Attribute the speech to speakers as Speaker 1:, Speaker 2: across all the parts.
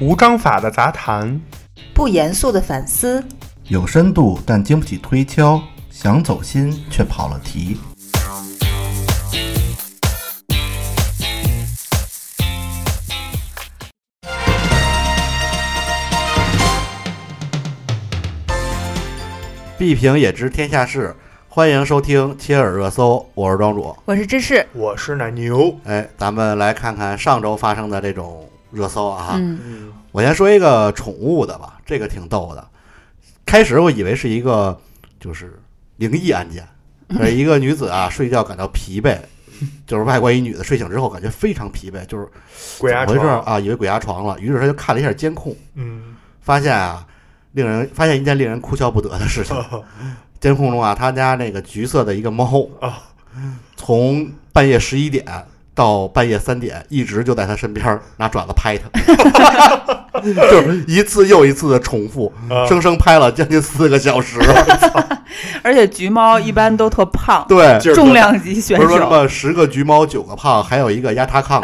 Speaker 1: 无章法的杂谈，
Speaker 2: 不严肃的反思，
Speaker 3: 有深度但经不起推敲，想走心却跑了题。必评也知天下事，欢迎收听切耳热搜，我是庄主。
Speaker 2: 我是芝士。
Speaker 1: 我是奶牛。
Speaker 3: 哎，咱们来看看上周发生的这种热搜啊。
Speaker 2: 嗯，
Speaker 1: 嗯，
Speaker 3: 我先说一个宠物的吧，这个挺逗的。开始我以为是一个就是灵异案件，是一个女子啊睡觉感到疲惫，就是外国一女的睡醒之后感觉非常疲惫，就是
Speaker 1: 鬼压
Speaker 3: 怎么回事
Speaker 1: 床。
Speaker 3: 啊？以为鬼压床了，于是她就看了一下监控，
Speaker 1: 嗯，
Speaker 3: 发现啊，令人发现一件令人哭笑不得的事情。监控中啊，他家那个橘色的一个猫
Speaker 1: 啊，
Speaker 3: 从半夜十一点到半夜三点，一直就在他身边儿拿爪子拍他， 就是一次又一次的重复，
Speaker 1: 啊
Speaker 3: 生生拍了将近四个小时。
Speaker 4: 而且橘猫一般都特胖，
Speaker 3: 对，
Speaker 1: 劲儿多
Speaker 4: 重量级选
Speaker 3: 不是说什
Speaker 4: 手，
Speaker 3: 么十个橘猫九个胖，还有一个压塌炕。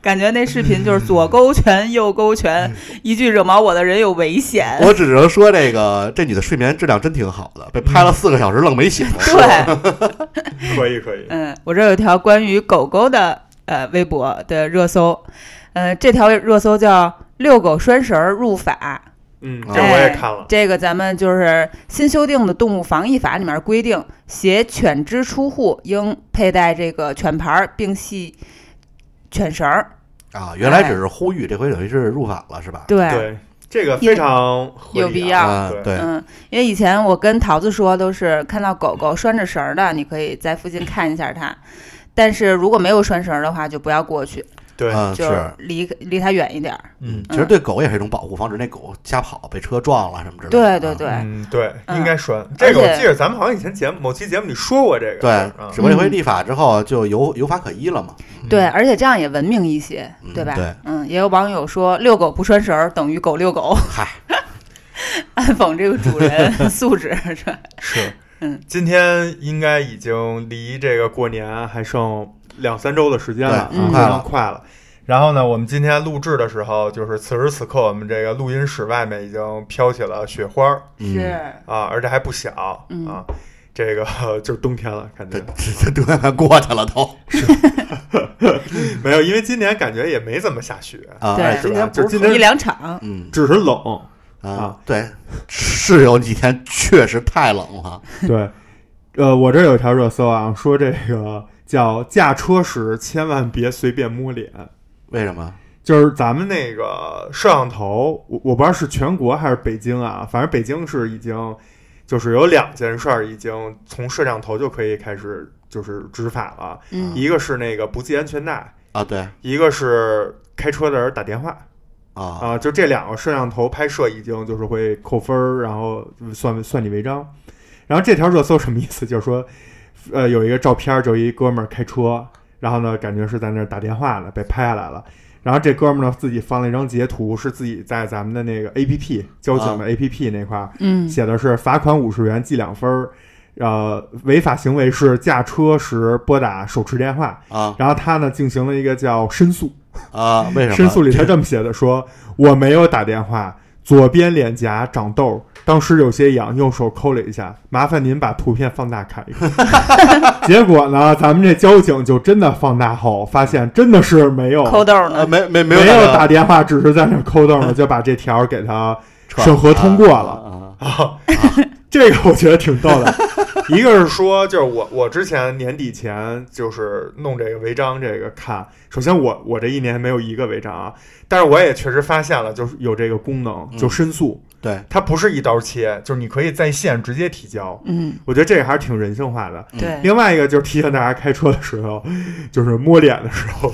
Speaker 4: 感觉那视频就是左勾拳右勾拳，一句惹毛我的人有危险。
Speaker 3: 嗯我只能说这个这女的睡眠质量真挺好的，被拍了四个小时愣没醒。
Speaker 4: 对，
Speaker 1: 可以可以。
Speaker 4: 嗯，我这有条关于狗狗的呃微博的热搜，呃，这条热搜叫“遛狗拴绳儿入法”，
Speaker 1: 嗯，
Speaker 3: 啊
Speaker 1: 这我也看了。
Speaker 4: 这个咱们就是新修订的《动物防疫法》里面规定，携犬只出户应佩戴这个犬牌儿并系犬绳儿。
Speaker 3: 啊，原来只是呼吁，这回等于是入法了，是吧？
Speaker 4: 对
Speaker 1: 对，这个非常合理啊
Speaker 4: 哎有必要
Speaker 3: 啊，
Speaker 1: 对，
Speaker 3: 对，
Speaker 4: 嗯，因为以前我跟桃子说，都是看到狗狗拴着绳儿的，你可以在附近看一下它。但是如果没有拴绳儿的话，就不要过去，
Speaker 1: 对，
Speaker 3: 嗯，。
Speaker 4: 就是离离它远一点儿。
Speaker 3: 嗯
Speaker 1: 嗯，
Speaker 3: 其实对狗也是一种保护，防止那狗瞎跑被车撞了什么之类
Speaker 4: 对
Speaker 3: 的。
Speaker 4: 对
Speaker 3: 啊
Speaker 4: 对，
Speaker 1: 嗯，对，
Speaker 4: 嗯
Speaker 1: 应该拴。这个
Speaker 4: 而
Speaker 1: 我
Speaker 4: 且
Speaker 1: 记得咱们好像以前节目某期节目里说过这个。嗯
Speaker 3: 对，
Speaker 1: 是吧
Speaker 3: 只不过这回立法之后就有有法可依了嘛。
Speaker 4: 对，而且这样也文明一些，
Speaker 3: 嗯
Speaker 4: 对吧？
Speaker 3: 对
Speaker 4: 嗯，也有网友说遛狗不拴绳儿等于狗遛狗，
Speaker 3: 嗨，
Speaker 4: 暗讽这个主 人素质是吧？
Speaker 1: 是。
Speaker 4: 嗯，
Speaker 1: 今天应该已经离这个过年还剩两三周的时间了，
Speaker 4: 对嗯
Speaker 1: 非
Speaker 3: 快了
Speaker 1: 常快了。然后呢，我们今天录制的时候，就是此时此刻，我们这个录音室外面已经飘起了雪花儿
Speaker 3: 嗯，
Speaker 1: 啊，而且还不小、
Speaker 4: 嗯
Speaker 1: 啊。这个 就是冬天了，感
Speaker 3: 这
Speaker 1: 觉
Speaker 3: 嗯这这都过去了都
Speaker 1: 没有，因为今年感觉也没怎么下雪，
Speaker 3: 啊！
Speaker 4: 对
Speaker 3: 而且今天
Speaker 1: 就
Speaker 3: 不
Speaker 1: 哎是
Speaker 3: 是
Speaker 1: 今天
Speaker 4: 一两场，
Speaker 3: 嗯
Speaker 1: 只是冷。
Speaker 3: 啊，对，是有几天确实太冷了。
Speaker 1: 对，呃，我这有一条热搜啊，说这个叫驾车时千万别随便摸脸，
Speaker 3: 为什么？
Speaker 1: 就是咱们那个摄像头，我我不知道是全国还是北京啊，反正北京是已经就是有两件事儿已经从摄像头就可以开始就是执法了，
Speaker 3: 嗯
Speaker 1: 一个是那个不系安全带，
Speaker 3: 啊，对
Speaker 1: 一个是开车的人打电话
Speaker 3: 啊，
Speaker 1: 啊，就这两个摄像头拍摄已经就是会扣分儿，然后算算你违章。然后这条热搜什么意思？就是说，呃，有一个照片儿，就一哥们儿开车，然后呢，感觉是在那儿打电话呢，被拍下来了。然后这哥们儿呢自己放了一张截图，是自己在咱们的那个 A P P 交警的 A P P 那块儿、
Speaker 4: 嗯
Speaker 1: 写的是罚款五十元记两分儿，呃，违法行为是驾车时拨打手持电话。
Speaker 3: 啊
Speaker 1: 然后他呢进行了一个叫申诉，
Speaker 3: 啊，为什么？
Speaker 1: 申诉里他这么写的说：“我没有打电话，左边脸颊长痘，当时有些痒，用手抠了一下。麻烦您把图片放大看 一看。”结果呢，咱们这交警就真的放大后发现真的是没有
Speaker 4: 抠豆
Speaker 3: 啊，
Speaker 4: 呢，
Speaker 3: 没没
Speaker 1: 没
Speaker 3: 有
Speaker 1: 有
Speaker 3: 打
Speaker 1: 打电话，只是在那儿抠痘呢，就把这条给他
Speaker 3: 车
Speaker 1: 审核通过了
Speaker 3: 啊啊
Speaker 1: 这个我觉得挺逗 的。一个是说，就是我我之前年底前就是弄这个违章这个看，首先我我这一年没有一个违章啊，但是我也确实发现了，就是有这个功能，
Speaker 3: 嗯
Speaker 1: 就申诉，
Speaker 3: 对，
Speaker 1: 它不是一刀切，就是你可以在线直接提交。
Speaker 4: 嗯，
Speaker 1: 我觉得这个还是挺人性化的。
Speaker 3: 嗯
Speaker 4: 对，
Speaker 1: 另外一个就是提醒大家开车的时候，就是摸脸的时 候，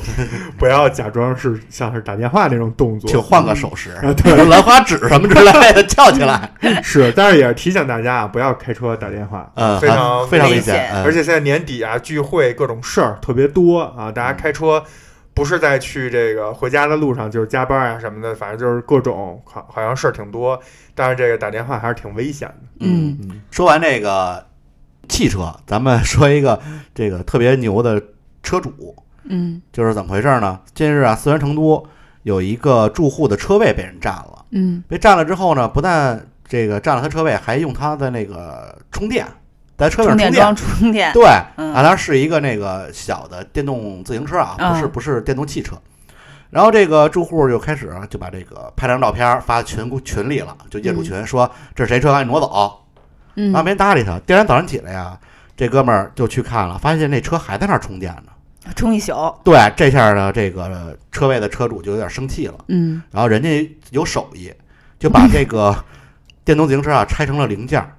Speaker 1: 不要假装是像是打电话那种动作，
Speaker 3: 请换个手势，
Speaker 1: 啊 对
Speaker 3: 兰花指什么之类的翘起来，
Speaker 1: 是，但是也是提醒大家啊，不要开车打电话。
Speaker 3: 嗯，
Speaker 1: 非常
Speaker 3: 非常危
Speaker 4: 危险
Speaker 3: 嗯
Speaker 1: 而且现在年底啊，聚会各种事儿特别多啊，大家开车不是在去这个回家的路上，就是加班啊什么的，反正就是各种好好像事儿挺多。但是这个打电话还是挺危险的。
Speaker 4: 嗯，
Speaker 1: 嗯，
Speaker 3: 说完这个汽车，咱们说一个这个特别牛的车主，
Speaker 4: 嗯
Speaker 3: 就是怎么回事呢？近日啊，四川成都有一个住户的车位被人占了，
Speaker 4: 嗯
Speaker 3: 被占了之后呢，不但这个占了他车位，还用他的那个充电，在车位上
Speaker 4: 充电
Speaker 3: 电
Speaker 4: 桩充电，
Speaker 3: 对，
Speaker 4: 嗯
Speaker 3: 啊，它是一个那个小的电动自行车啊，不是
Speaker 4: 嗯
Speaker 3: 不是电动汽车。然后这个住户就开始啊就把这个拍张照片儿发群群里了，就业主群说这是谁车赶紧挪走，
Speaker 4: 嗯
Speaker 3: 然后没人搭理他。第二天早上起来呀，这哥们儿就去看了，发现那车还在那儿充电呢。
Speaker 4: 充一宿，
Speaker 3: 对，这下呢，这个车位的车主就有点生气了。
Speaker 4: 嗯
Speaker 3: 然后人家有手艺，就把这个电动自行车啊拆成了零件儿，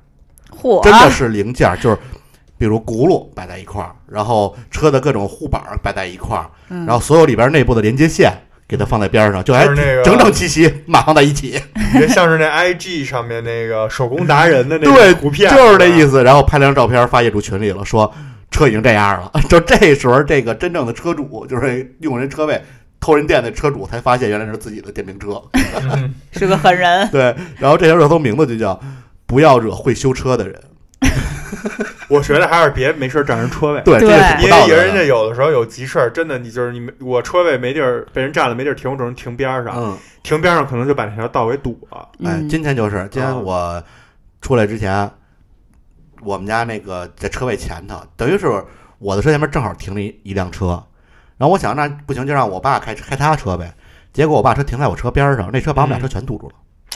Speaker 4: 嚯，
Speaker 3: 真的是零件儿，就是比如轱辘摆在一块儿，然后车的各种护板儿摆在一块儿，
Speaker 4: 嗯
Speaker 3: 然后所有里边内部的连接线给它放在边上，就还
Speaker 1: 就是那个
Speaker 3: 整 整齐齐码放在一起，
Speaker 1: 哎你这像是那 IG 上面那个手工达人的那
Speaker 3: 对
Speaker 1: 个图片，
Speaker 3: 就是这意
Speaker 1: 思。
Speaker 3: 思。然后拍了张照片发业主群里了，说车已经这样了。 就这时候，这个真正的车主就是用人车位。偷人电的车主才发现，原来是自己的电瓶车。
Speaker 1: 嗯
Speaker 4: 是个狠人，
Speaker 3: 对，然后这条热搜名字就叫“不要惹会修车的人
Speaker 1: 我觉得还是别没事儿占人车位”。。
Speaker 3: 对，这
Speaker 4: 对
Speaker 3: 是不
Speaker 1: 因
Speaker 3: 道
Speaker 1: 为
Speaker 3: 德
Speaker 1: 人家
Speaker 3: 的。
Speaker 1: 有的时候有急事儿，真的，你就是你没我车位没地儿被人占了，没地儿停，我只能停边儿上，
Speaker 3: 嗯，
Speaker 1: 停边上可能就把那条道给堵了。
Speaker 3: 哎，
Speaker 4: 嗯
Speaker 3: 今天就是今天
Speaker 1: 嗯
Speaker 3: 我出来之前，我们家那个在车位前头，等于是我的车前面正好停了一一辆车，然后我想那不行，就让我爸开开他车呗。结果我爸车停在我车边上，那车把我们俩
Speaker 1: 嗯
Speaker 3: 车全堵住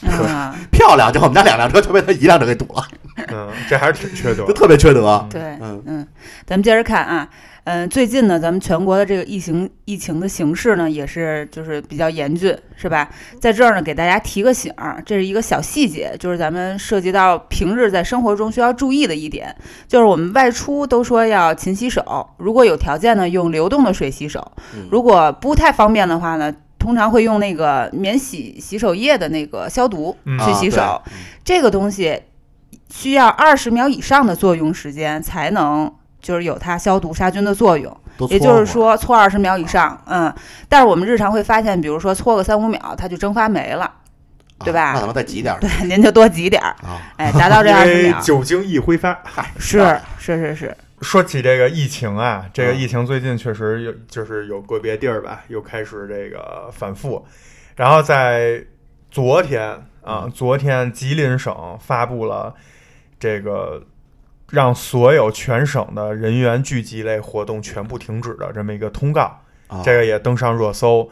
Speaker 3: 了，
Speaker 4: 啊，
Speaker 3: 漂亮！就我们家两辆车就被他一辆车给堵了，
Speaker 1: 嗯，这还是挺缺德
Speaker 3: 就
Speaker 1: 的。
Speaker 3: 特别缺德。
Speaker 4: 对，
Speaker 3: 嗯
Speaker 4: 嗯，咱们接着看啊，嗯、最近呢，咱们全国的这个疫情疫情的形势呢，也是就是比较严峻，是吧？在这儿呢，给大家提个醒儿，这是一个小细节，就是咱们涉及到平日在生活中需要注意的一点，就是我们外出都说要勤洗手，如果有条件呢，用流动的水洗手
Speaker 3: 嗯；
Speaker 4: 如果不太方便的话呢，通常会用那个免洗洗手液的那个消毒
Speaker 1: 嗯
Speaker 4: 去洗手。
Speaker 3: 啊对嗯
Speaker 4: 这个东西需要二十秒以上的作用时间才能。就是有它消毒杀菌的作用，
Speaker 3: 都
Speaker 4: 也就
Speaker 3: 搓
Speaker 4: 是
Speaker 3: 过，
Speaker 4: 说搓二十秒以上，嗯，但是我们日常会发现，比如说搓个三五秒，它就蒸发霉了，
Speaker 3: 啊
Speaker 4: 对吧
Speaker 3: 那咱们再挤点儿
Speaker 4: 对，您就多挤点儿，
Speaker 3: 啊，
Speaker 4: 哎，达到这
Speaker 1: 因
Speaker 4: 二十
Speaker 1: 为
Speaker 4: 秒，
Speaker 1: 酒精易挥发。
Speaker 4: 是是是是，
Speaker 1: 说起这个疫情啊，这个
Speaker 3: 嗯
Speaker 1: 疫情最近确实有，就是有个别地儿吧，又开始这个反复。然后在昨天
Speaker 4: 嗯
Speaker 1: 啊，昨天吉林省发布了这个让所有全省的人员聚集类活动全部停止的这么一个通告，
Speaker 3: 啊
Speaker 1: 这个也登上热搜。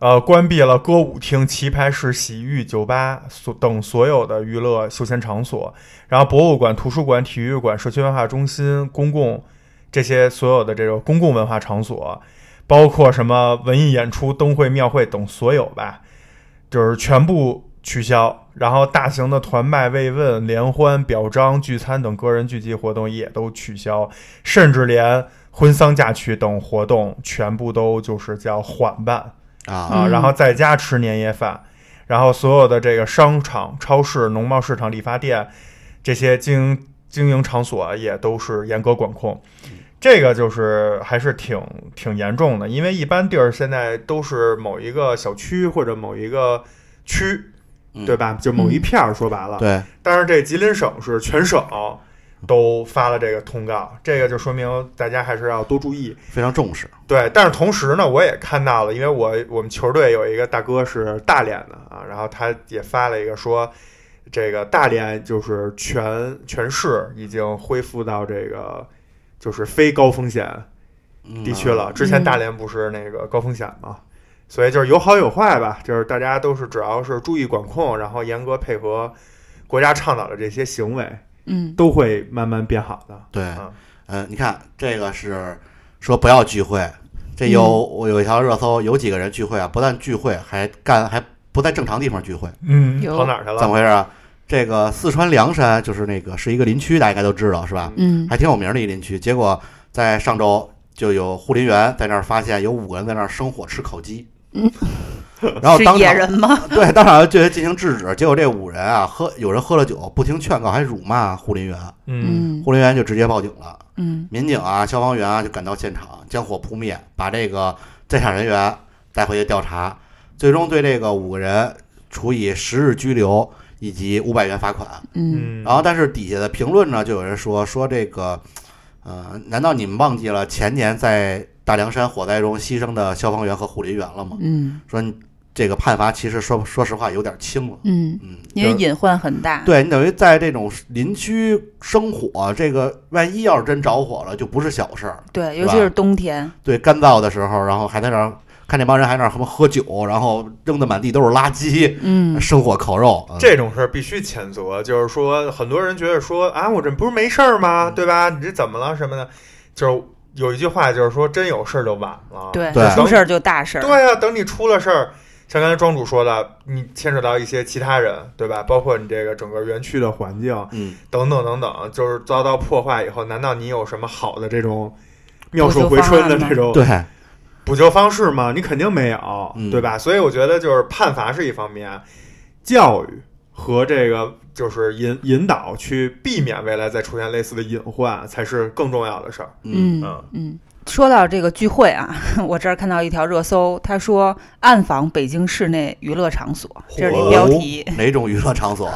Speaker 1: 呃，关闭了歌舞厅、棋牌室、洗浴、酒吧所等所有的娱乐休闲场所，然后博物馆、图书馆、体育馆、社区文化中心、公共这些所有的这种公共文化场所，包括什么文艺演出、灯会、庙会等所有吧，就是全部取消。然后大型的团拜、慰问、联欢、表彰、聚餐等个人聚集活动也都取消，甚至连婚丧嫁娶等活动全部都就是叫缓办。
Speaker 3: 啊，
Speaker 1: 啊，
Speaker 4: 嗯
Speaker 1: 然后在家吃年夜饭，然后所有的这个商场、超市、农贸市场、理发店这些经营经营场所也都是严格管控。
Speaker 3: 嗯
Speaker 1: 这个就是还是挺挺严重的，因为一般地儿现在都是某一个小区或者某一个区，
Speaker 3: 嗯
Speaker 1: 对吧？就某一片儿，说白了。
Speaker 3: 对，
Speaker 1: 但是这吉林省是全省都发了这个通告，这个就说明大家还是要多注意。
Speaker 3: 非常重视。
Speaker 1: 对，但是同时呢，我也看到了，因为我我们球队有一个大哥是大连的啊，然后他也发了一个说，这个大连就是全全市已经恢复到这个就是非高风险
Speaker 3: 嗯
Speaker 1: 地区了。之前大连不是那个高风险嘛，所以就是有好有坏吧，就是大家都是只要是注意管控，然后严格配合国家倡导的这些行为，
Speaker 4: 嗯
Speaker 1: 都会慢慢变好的。
Speaker 3: 对
Speaker 1: 嗯，
Speaker 3: 嗯，你看这个是说不要聚会，这有
Speaker 4: 嗯
Speaker 3: 我有一条热搜，有几个人聚会啊，不但聚会，还干还不在正常地方聚会，
Speaker 1: 嗯
Speaker 4: 有
Speaker 1: 跑哪儿去
Speaker 3: 怎么
Speaker 1: 了？
Speaker 3: 回事啊？这个四川凉山就是那个是一个林区，大家应该都知道是吧？
Speaker 4: 嗯
Speaker 3: 还挺有名的一林区。结果在上周就有护林员在那儿发现有五个人在那儿生火吃烤鸡，
Speaker 4: 嗯
Speaker 3: 然 后
Speaker 4: 是
Speaker 3: 当
Speaker 4: 野
Speaker 3: 场
Speaker 4: 人吗？
Speaker 3: 对当场就进行制止。结果这五人啊，喝有人喝了酒，不听劝告，还辱骂护林员，
Speaker 1: 嗯
Speaker 4: 嗯
Speaker 3: 护林员就直接报警了。
Speaker 4: 嗯
Speaker 3: 民警啊、消防员啊就赶到现场，将火扑灭，把这个在场人员带回去调查，最终对这个五个人处以十日拘留以及五百元罚款。
Speaker 1: 嗯，
Speaker 4: 嗯
Speaker 3: 然后，但是底下的评论呢，就有人说说这个，呃，难道你们忘记了前年在大凉山火灾中牺牲的消防员和护林员了吗？
Speaker 4: 嗯
Speaker 3: 说你这个判罚其实说说实话有点轻了。
Speaker 4: 嗯，
Speaker 3: 嗯，
Speaker 4: 因为
Speaker 3: 就是
Speaker 4: 隐患很大。
Speaker 3: 对你等于在这种林区生火，这个万一要是真着火了，就不是小事儿。
Speaker 4: 对，
Speaker 3: 是
Speaker 4: 尤其
Speaker 3: 吧
Speaker 4: 是冬天，
Speaker 3: 对，干燥的时候，然后还在那儿看那帮人还在那儿什么喝酒，然后扔的满地都是垃圾，
Speaker 4: 嗯，
Speaker 3: 生火烤肉。嗯
Speaker 1: 这种事儿必须谴责，就是说，很多人觉得说啊，我这不是没事儿吗？对吧？你这怎么了什么的？就是有一句话，就是说，真有事儿就晚了。
Speaker 4: 对，
Speaker 3: 对
Speaker 4: 出事儿就大事儿。
Speaker 1: 对啊，等你出了事儿，像刚才庄主说的，你牵扯到一些其他人，对吧？包括你这个整个园区的环境
Speaker 3: 嗯，
Speaker 1: 等等等等，就是遭到破坏以后，难道你有什么好的这种妙
Speaker 4: 补
Speaker 1: 手
Speaker 4: 救
Speaker 1: 回
Speaker 4: 方
Speaker 1: 春
Speaker 4: 案
Speaker 1: 的
Speaker 4: 吗
Speaker 1: 这种
Speaker 3: 对，
Speaker 1: 补救方式吗？你肯定没有，
Speaker 3: 嗯
Speaker 1: 对吧？所以我觉得就是判罚是一方面，教育和这个就是引引导去避免未来再出现类似的隐患，才是更重要的事儿。
Speaker 3: 嗯，
Speaker 4: 嗯嗯。说到这个聚会啊， 我这儿看到一条热搜，他说暗访北京市内娱乐场所，这是一标题。
Speaker 3: 哪种娱乐场所？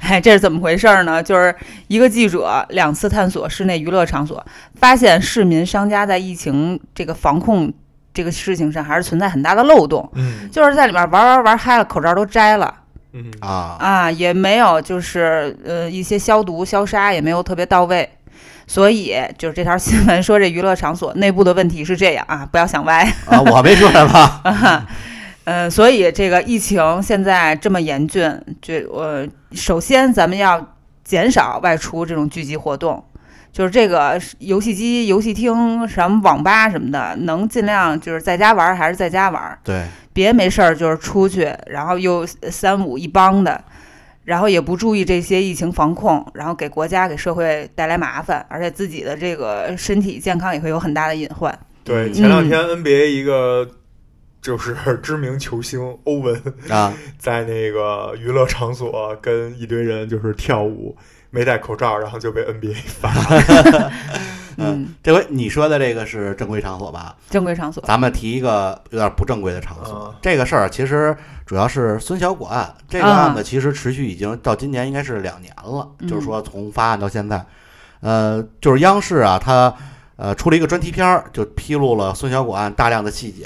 Speaker 4: 哎，这是怎么回事儿呢？就是一个记者两次探索室内娱乐场所，发现市民商家在疫情这个防控这个事情上还是存在很大的漏洞，
Speaker 1: 嗯
Speaker 4: 就是在里面玩玩玩嗨了，口罩都摘了。
Speaker 1: 嗯
Speaker 3: 啊，
Speaker 4: 啊，也没有就是呃一些消毒消杀也没有特别到位，所以就是这条新闻说这娱乐场所内部的问题是这样啊，不要想歪。
Speaker 3: 啊，我没说什么。
Speaker 4: 呃，所以这个疫情现在这么严峻，就呃，首先咱们要减少外出这种聚集活动，就是这个是游戏机、游戏厅、什么网吧什么的，能尽量就是在家玩儿还是在家玩儿。
Speaker 3: 对，
Speaker 4: 别没事儿就是出去，然后又三五一帮的，然后也不注意这些疫情防控，然后给国家给社会带来麻烦，而且自己的这个身体健康也会有很大的隐患。
Speaker 3: 嗯
Speaker 1: 对，前两天 NBA 一个就是知名球星欧文
Speaker 3: 啊，
Speaker 1: 在那个娱乐场所跟一堆人就是跳舞，没戴口罩，然后就被 NBA 罚。
Speaker 4: 嗯，
Speaker 3: 这回你说的这个是正规场所吧？
Speaker 4: 正规场所，
Speaker 3: 咱们提一个有点不正规的场所。
Speaker 1: 嗯
Speaker 3: 这个事儿其实主要是孙小果案，这个案子其实持续已经到今年应该是两年了，
Speaker 4: 啊嗯
Speaker 3: 就是说从发案到现在，呃，就是央视啊，它呃出了一个专题片儿，就披露了孙小果案大量的细节。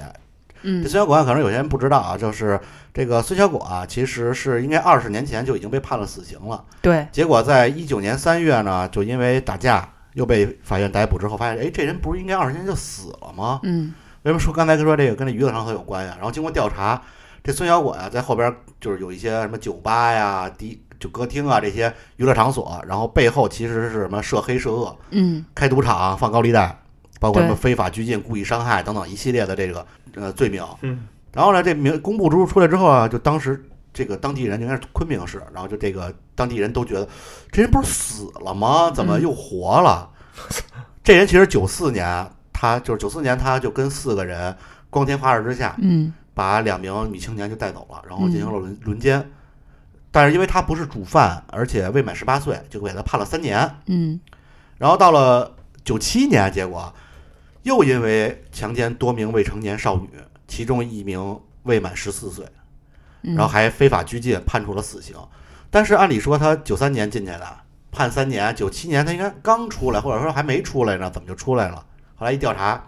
Speaker 3: 这
Speaker 4: 嗯
Speaker 3: 孙小果案可能有些人不知道啊，就是这个孙小果啊，其实是应该二十年前就已经被判了死刑了。
Speaker 4: 对，
Speaker 3: 结果在一九年三月呢，就因为打架又被法院逮捕之后，发现哎，这人不是应该二十年就死了吗？
Speaker 4: 嗯
Speaker 3: 为什么说刚才跟说这个跟这娱乐场所有关呀、然后经过调查，这孙小果呀、在后边就是有一些什么酒吧呀、迪就歌厅啊这些娱乐场所，然后背后其实是什么涉黑涉恶，
Speaker 4: 嗯
Speaker 3: 开赌场、放高利贷，包括什么
Speaker 4: 对
Speaker 3: 非法拘禁、故意伤害等等一系列的这个呃罪名。
Speaker 1: 嗯，
Speaker 3: 然后呢，这名公布之后出来之后啊，就当时这个当地人应该是昆明市，然后就这个当地人都觉得这人不是死了吗？怎么又活了？这人其实九四年，他就是九四年，他就跟四个人光天化日之下
Speaker 4: 嗯
Speaker 3: 把两名女青年就带走了，然后进行了轮轮奸。但是因为他不是主犯，而且未满十八岁，就给他判了三年。
Speaker 4: 嗯
Speaker 3: 然后到了九七年，结果又因为强奸多名未成年少女，其中一名未满十四岁，
Speaker 4: 嗯，
Speaker 3: 然后还非法拘禁，判处了死刑。但是按理说他九三年进去的，判三年，九七年他应该刚出来，或者说还没出来呢，怎么就出来了？后来一调查，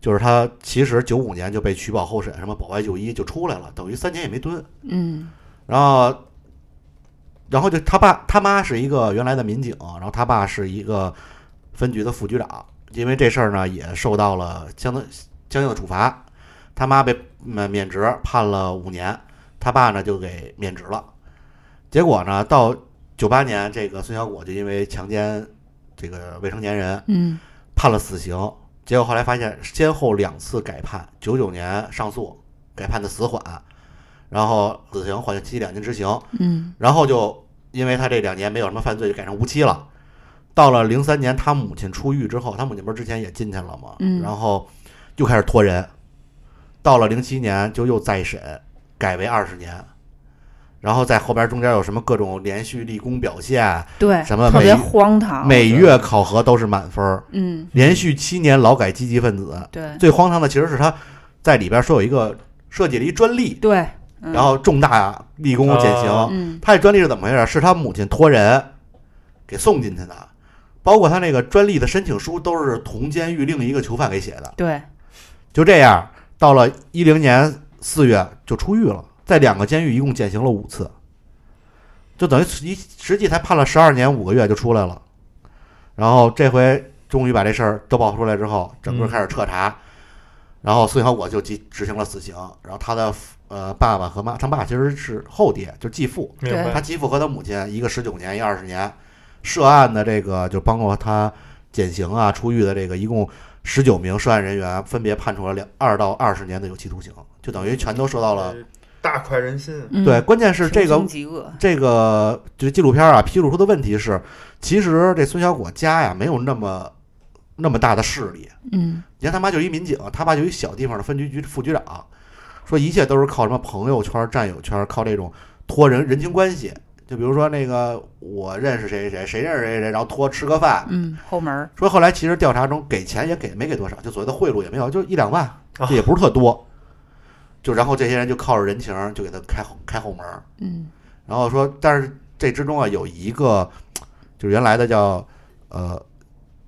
Speaker 3: 就是他其实九五年就被取保候审，什么保外就医就出来了，等于三年也没蹲。
Speaker 4: 嗯
Speaker 3: 然后，然后就他爸他妈是一个原来的民警，然后他爸是一个分局的副局长，因为这事儿呢也受到了相当相应的处罚，他妈被嗯免职判了五年，他爸呢就给免职了。结果呢，到九八年，这个孙小果就因为强奸这个未成年人
Speaker 4: 嗯
Speaker 3: 判了死刑，结果后来发现先后两次改判，九九年上诉改判的死缓，然后死刑缓期两年执行，
Speaker 4: 嗯
Speaker 3: 然后就因为他这两年没有什么犯罪，就改成无期了。到了零三年，他母亲出狱之后，他母亲不是之前也进去了吗？
Speaker 4: 嗯
Speaker 3: 然后又开始拖人。到了零七年，就又再审，改为二十年。然后在后边中间有什么各种连续立功表现，
Speaker 4: 对，
Speaker 3: 什么
Speaker 4: 特
Speaker 3: 每
Speaker 4: 别啊荒唐，
Speaker 3: 每月考核都是满分儿，
Speaker 4: 嗯
Speaker 3: 连续七年劳改积极分子。
Speaker 4: 对
Speaker 3: 最荒唐的其实是他在里边说有一个设计了一专利，
Speaker 4: 对，嗯
Speaker 3: 然后重大立功减刑。
Speaker 1: 啊
Speaker 4: 嗯
Speaker 3: 他这专利是怎么回事？是他母亲托人给送进去的，包括他那个专利的申请书都是同监狱另一个囚犯给写的。
Speaker 4: 对
Speaker 3: 就这样，到了一零年四月就出狱了，在两个监狱一共减刑了五次，就等于一实际才判了十二年五个月就出来了。然后这回终于把这事儿都爆出来之后，整个
Speaker 1: 嗯
Speaker 3: 开始彻查，然后宋小果就执执行了死刑。然后他的父呃爸爸和妈，他爸其实是后爹，就是继父，
Speaker 1: 明
Speaker 4: 对
Speaker 3: 他
Speaker 1: 白，
Speaker 3: 继父和他母亲，一个十九年，一二十年，涉案的这个就包括他减刑啊、出狱的这个，一共十九名涉案人员分别判处了两二到二十年的有期徒刑，就等于全都受到了。
Speaker 1: 大快人心，
Speaker 4: 嗯
Speaker 3: 对，，关键是这
Speaker 4: 穷
Speaker 3: 个
Speaker 4: 凶极恶，
Speaker 3: 这个就是纪录片啊，披露出的问题是，其实这孙小果家呀没有那么那么大的势力，
Speaker 4: 嗯
Speaker 3: 你看他妈就一民警，他爸就一小地方的分局局副局长，说一切都是靠什么朋友圈、战友圈，靠这种托人人情关系。就比如说那个我认识谁谁谁，谁认识谁谁谁，然后托吃个饭。
Speaker 4: 嗯，后门儿，
Speaker 3: 说后来其实调查中给钱也给没给多少，就所谓的贿赂也没有，就一两万，这也不是特多。就然后这些人就靠着人情儿就给他开后开后门儿，
Speaker 4: 嗯
Speaker 3: 然后说，但是这之中啊有一个，就是原来的叫呃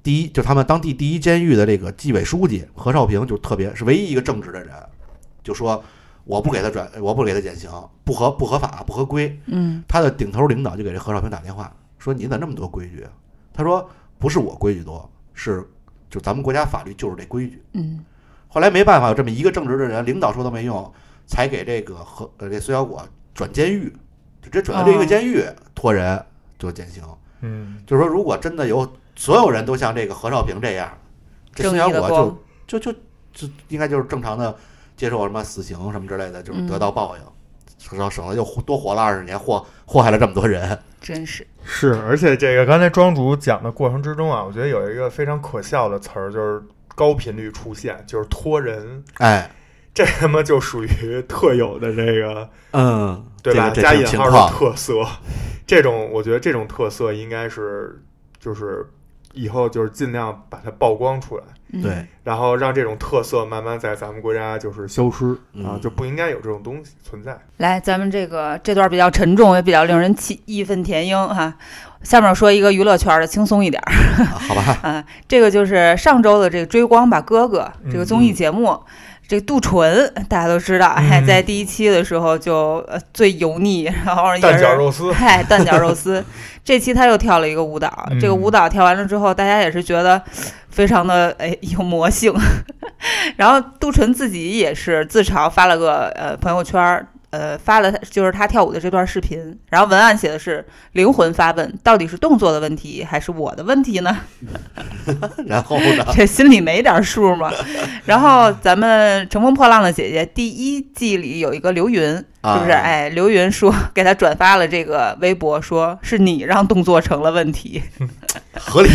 Speaker 3: 第一，就他们当地第一监狱的这个纪委书记何少平，就特别是唯一一个正直的人，就说我不给他转，我不给他减刑，不合不合法不合规。
Speaker 4: 嗯
Speaker 3: 他的顶头领导就给这何少平打电话说：“你咋那么多规矩啊？”他说：“不是我规矩多，是就咱们国家法律就是这规矩。”
Speaker 4: 嗯
Speaker 3: 后来没办法，有这么一个正直的人，领导说都没用，才给这个和呃这孙小果转监狱，就直接转到这个监狱托人做减刑。
Speaker 1: 嗯，
Speaker 3: 就是说，如果真的有所有人都像这个何少平这样，这
Speaker 4: 正
Speaker 3: 孙
Speaker 4: 义
Speaker 3: 小
Speaker 4: 的
Speaker 3: 果
Speaker 4: 光
Speaker 3: 啊就就就就应该就是正常的接受什么死刑什么之类
Speaker 4: 嗯
Speaker 3: 的，就是得到报应，省得省得又多活了二十年，祸祸害了这么多人。
Speaker 4: 真是，
Speaker 1: 是，而且这个刚才庄主讲的过程之中啊，我觉得有一个非常可笑的词儿，就是高频率出现，就是托人，
Speaker 3: 哎，
Speaker 1: 这他妈就属于特有的这个。
Speaker 3: 嗯，
Speaker 1: 对吧？
Speaker 3: 这个
Speaker 1: 加
Speaker 3: 这
Speaker 1: 引
Speaker 3: 种情
Speaker 1: 号
Speaker 3: 况
Speaker 1: 的，特色，这种我觉得这种特色应该是就是以后就是尽量把它曝光出来，
Speaker 4: 嗯
Speaker 3: 对，
Speaker 1: 然后让这种特色慢慢在咱们国家就是消失、啊
Speaker 3: 嗯，
Speaker 1: 就不应该有这种东西存在。
Speaker 4: 来，咱们这个这段比较沉重，也比较令人气义愤填膺哈、下面说一个娱乐圈的，轻松一点儿
Speaker 3: 好吧，
Speaker 4: 啊。这个就是上周的这个《追光吧哥哥》这个综艺节目，这个杜淳大家都知道，哎，
Speaker 1: 嗯
Speaker 4: 在第一期的时候就、呃、最油腻，然后哎也
Speaker 1: 蛋
Speaker 4: 是
Speaker 1: 饺肉 丝，
Speaker 4: 嗨，哎蛋饺肉丝。这期他又跳了一个舞蹈，这个
Speaker 1: 嗯
Speaker 4: 舞蹈跳完了之后，大家也是觉得非常的哎有魔性。 然后杜淳自己也是自嘲发了个呃朋友圈儿，呃发了他就是他跳舞的这段视频，然后文案写的是“灵魂发问，到底是动作的问题还是我的问题呢？”
Speaker 3: 然后呢？
Speaker 4: 这心里没点数吗？ 然后咱们《乘风破浪的姐姐》第一季里有一个刘云，是不是？
Speaker 3: 啊
Speaker 4: 哎，刘云说给他转发了这个微博，说是你让动作成了问题。
Speaker 3: 合理，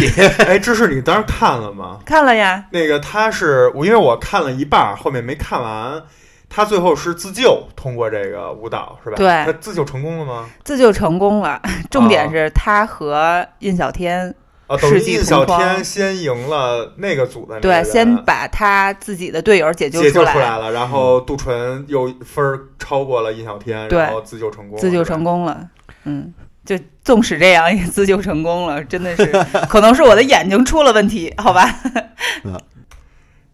Speaker 1: 哎，芝士，你当时看了吗？
Speaker 4: 看了呀，
Speaker 1: 那个他是我，因为我看了一半儿，后面没看完。他最后是自救，通过这个舞蹈是吧？
Speaker 4: 对
Speaker 1: 那自救成功了吗？
Speaker 4: 这就成功了。重点
Speaker 1: 哦
Speaker 4: 是他和印小天，
Speaker 1: 啊，等于
Speaker 4: 世纪
Speaker 1: 印
Speaker 4: 同
Speaker 1: 小
Speaker 4: 框
Speaker 1: 天先赢了那个组的那个
Speaker 4: 对，
Speaker 1: 人
Speaker 4: 先把他自己的队友解
Speaker 1: 解
Speaker 4: 救
Speaker 1: 救
Speaker 4: 来，
Speaker 1: 出来了，然后杜淳又分儿超过了尹小天，
Speaker 4: 对
Speaker 1: 然后自救成功了，
Speaker 4: 自救成
Speaker 1: 功。
Speaker 4: 功了。嗯，就纵使这样也自救成功了，真的是，可能是我的眼睛出了问题，好吧？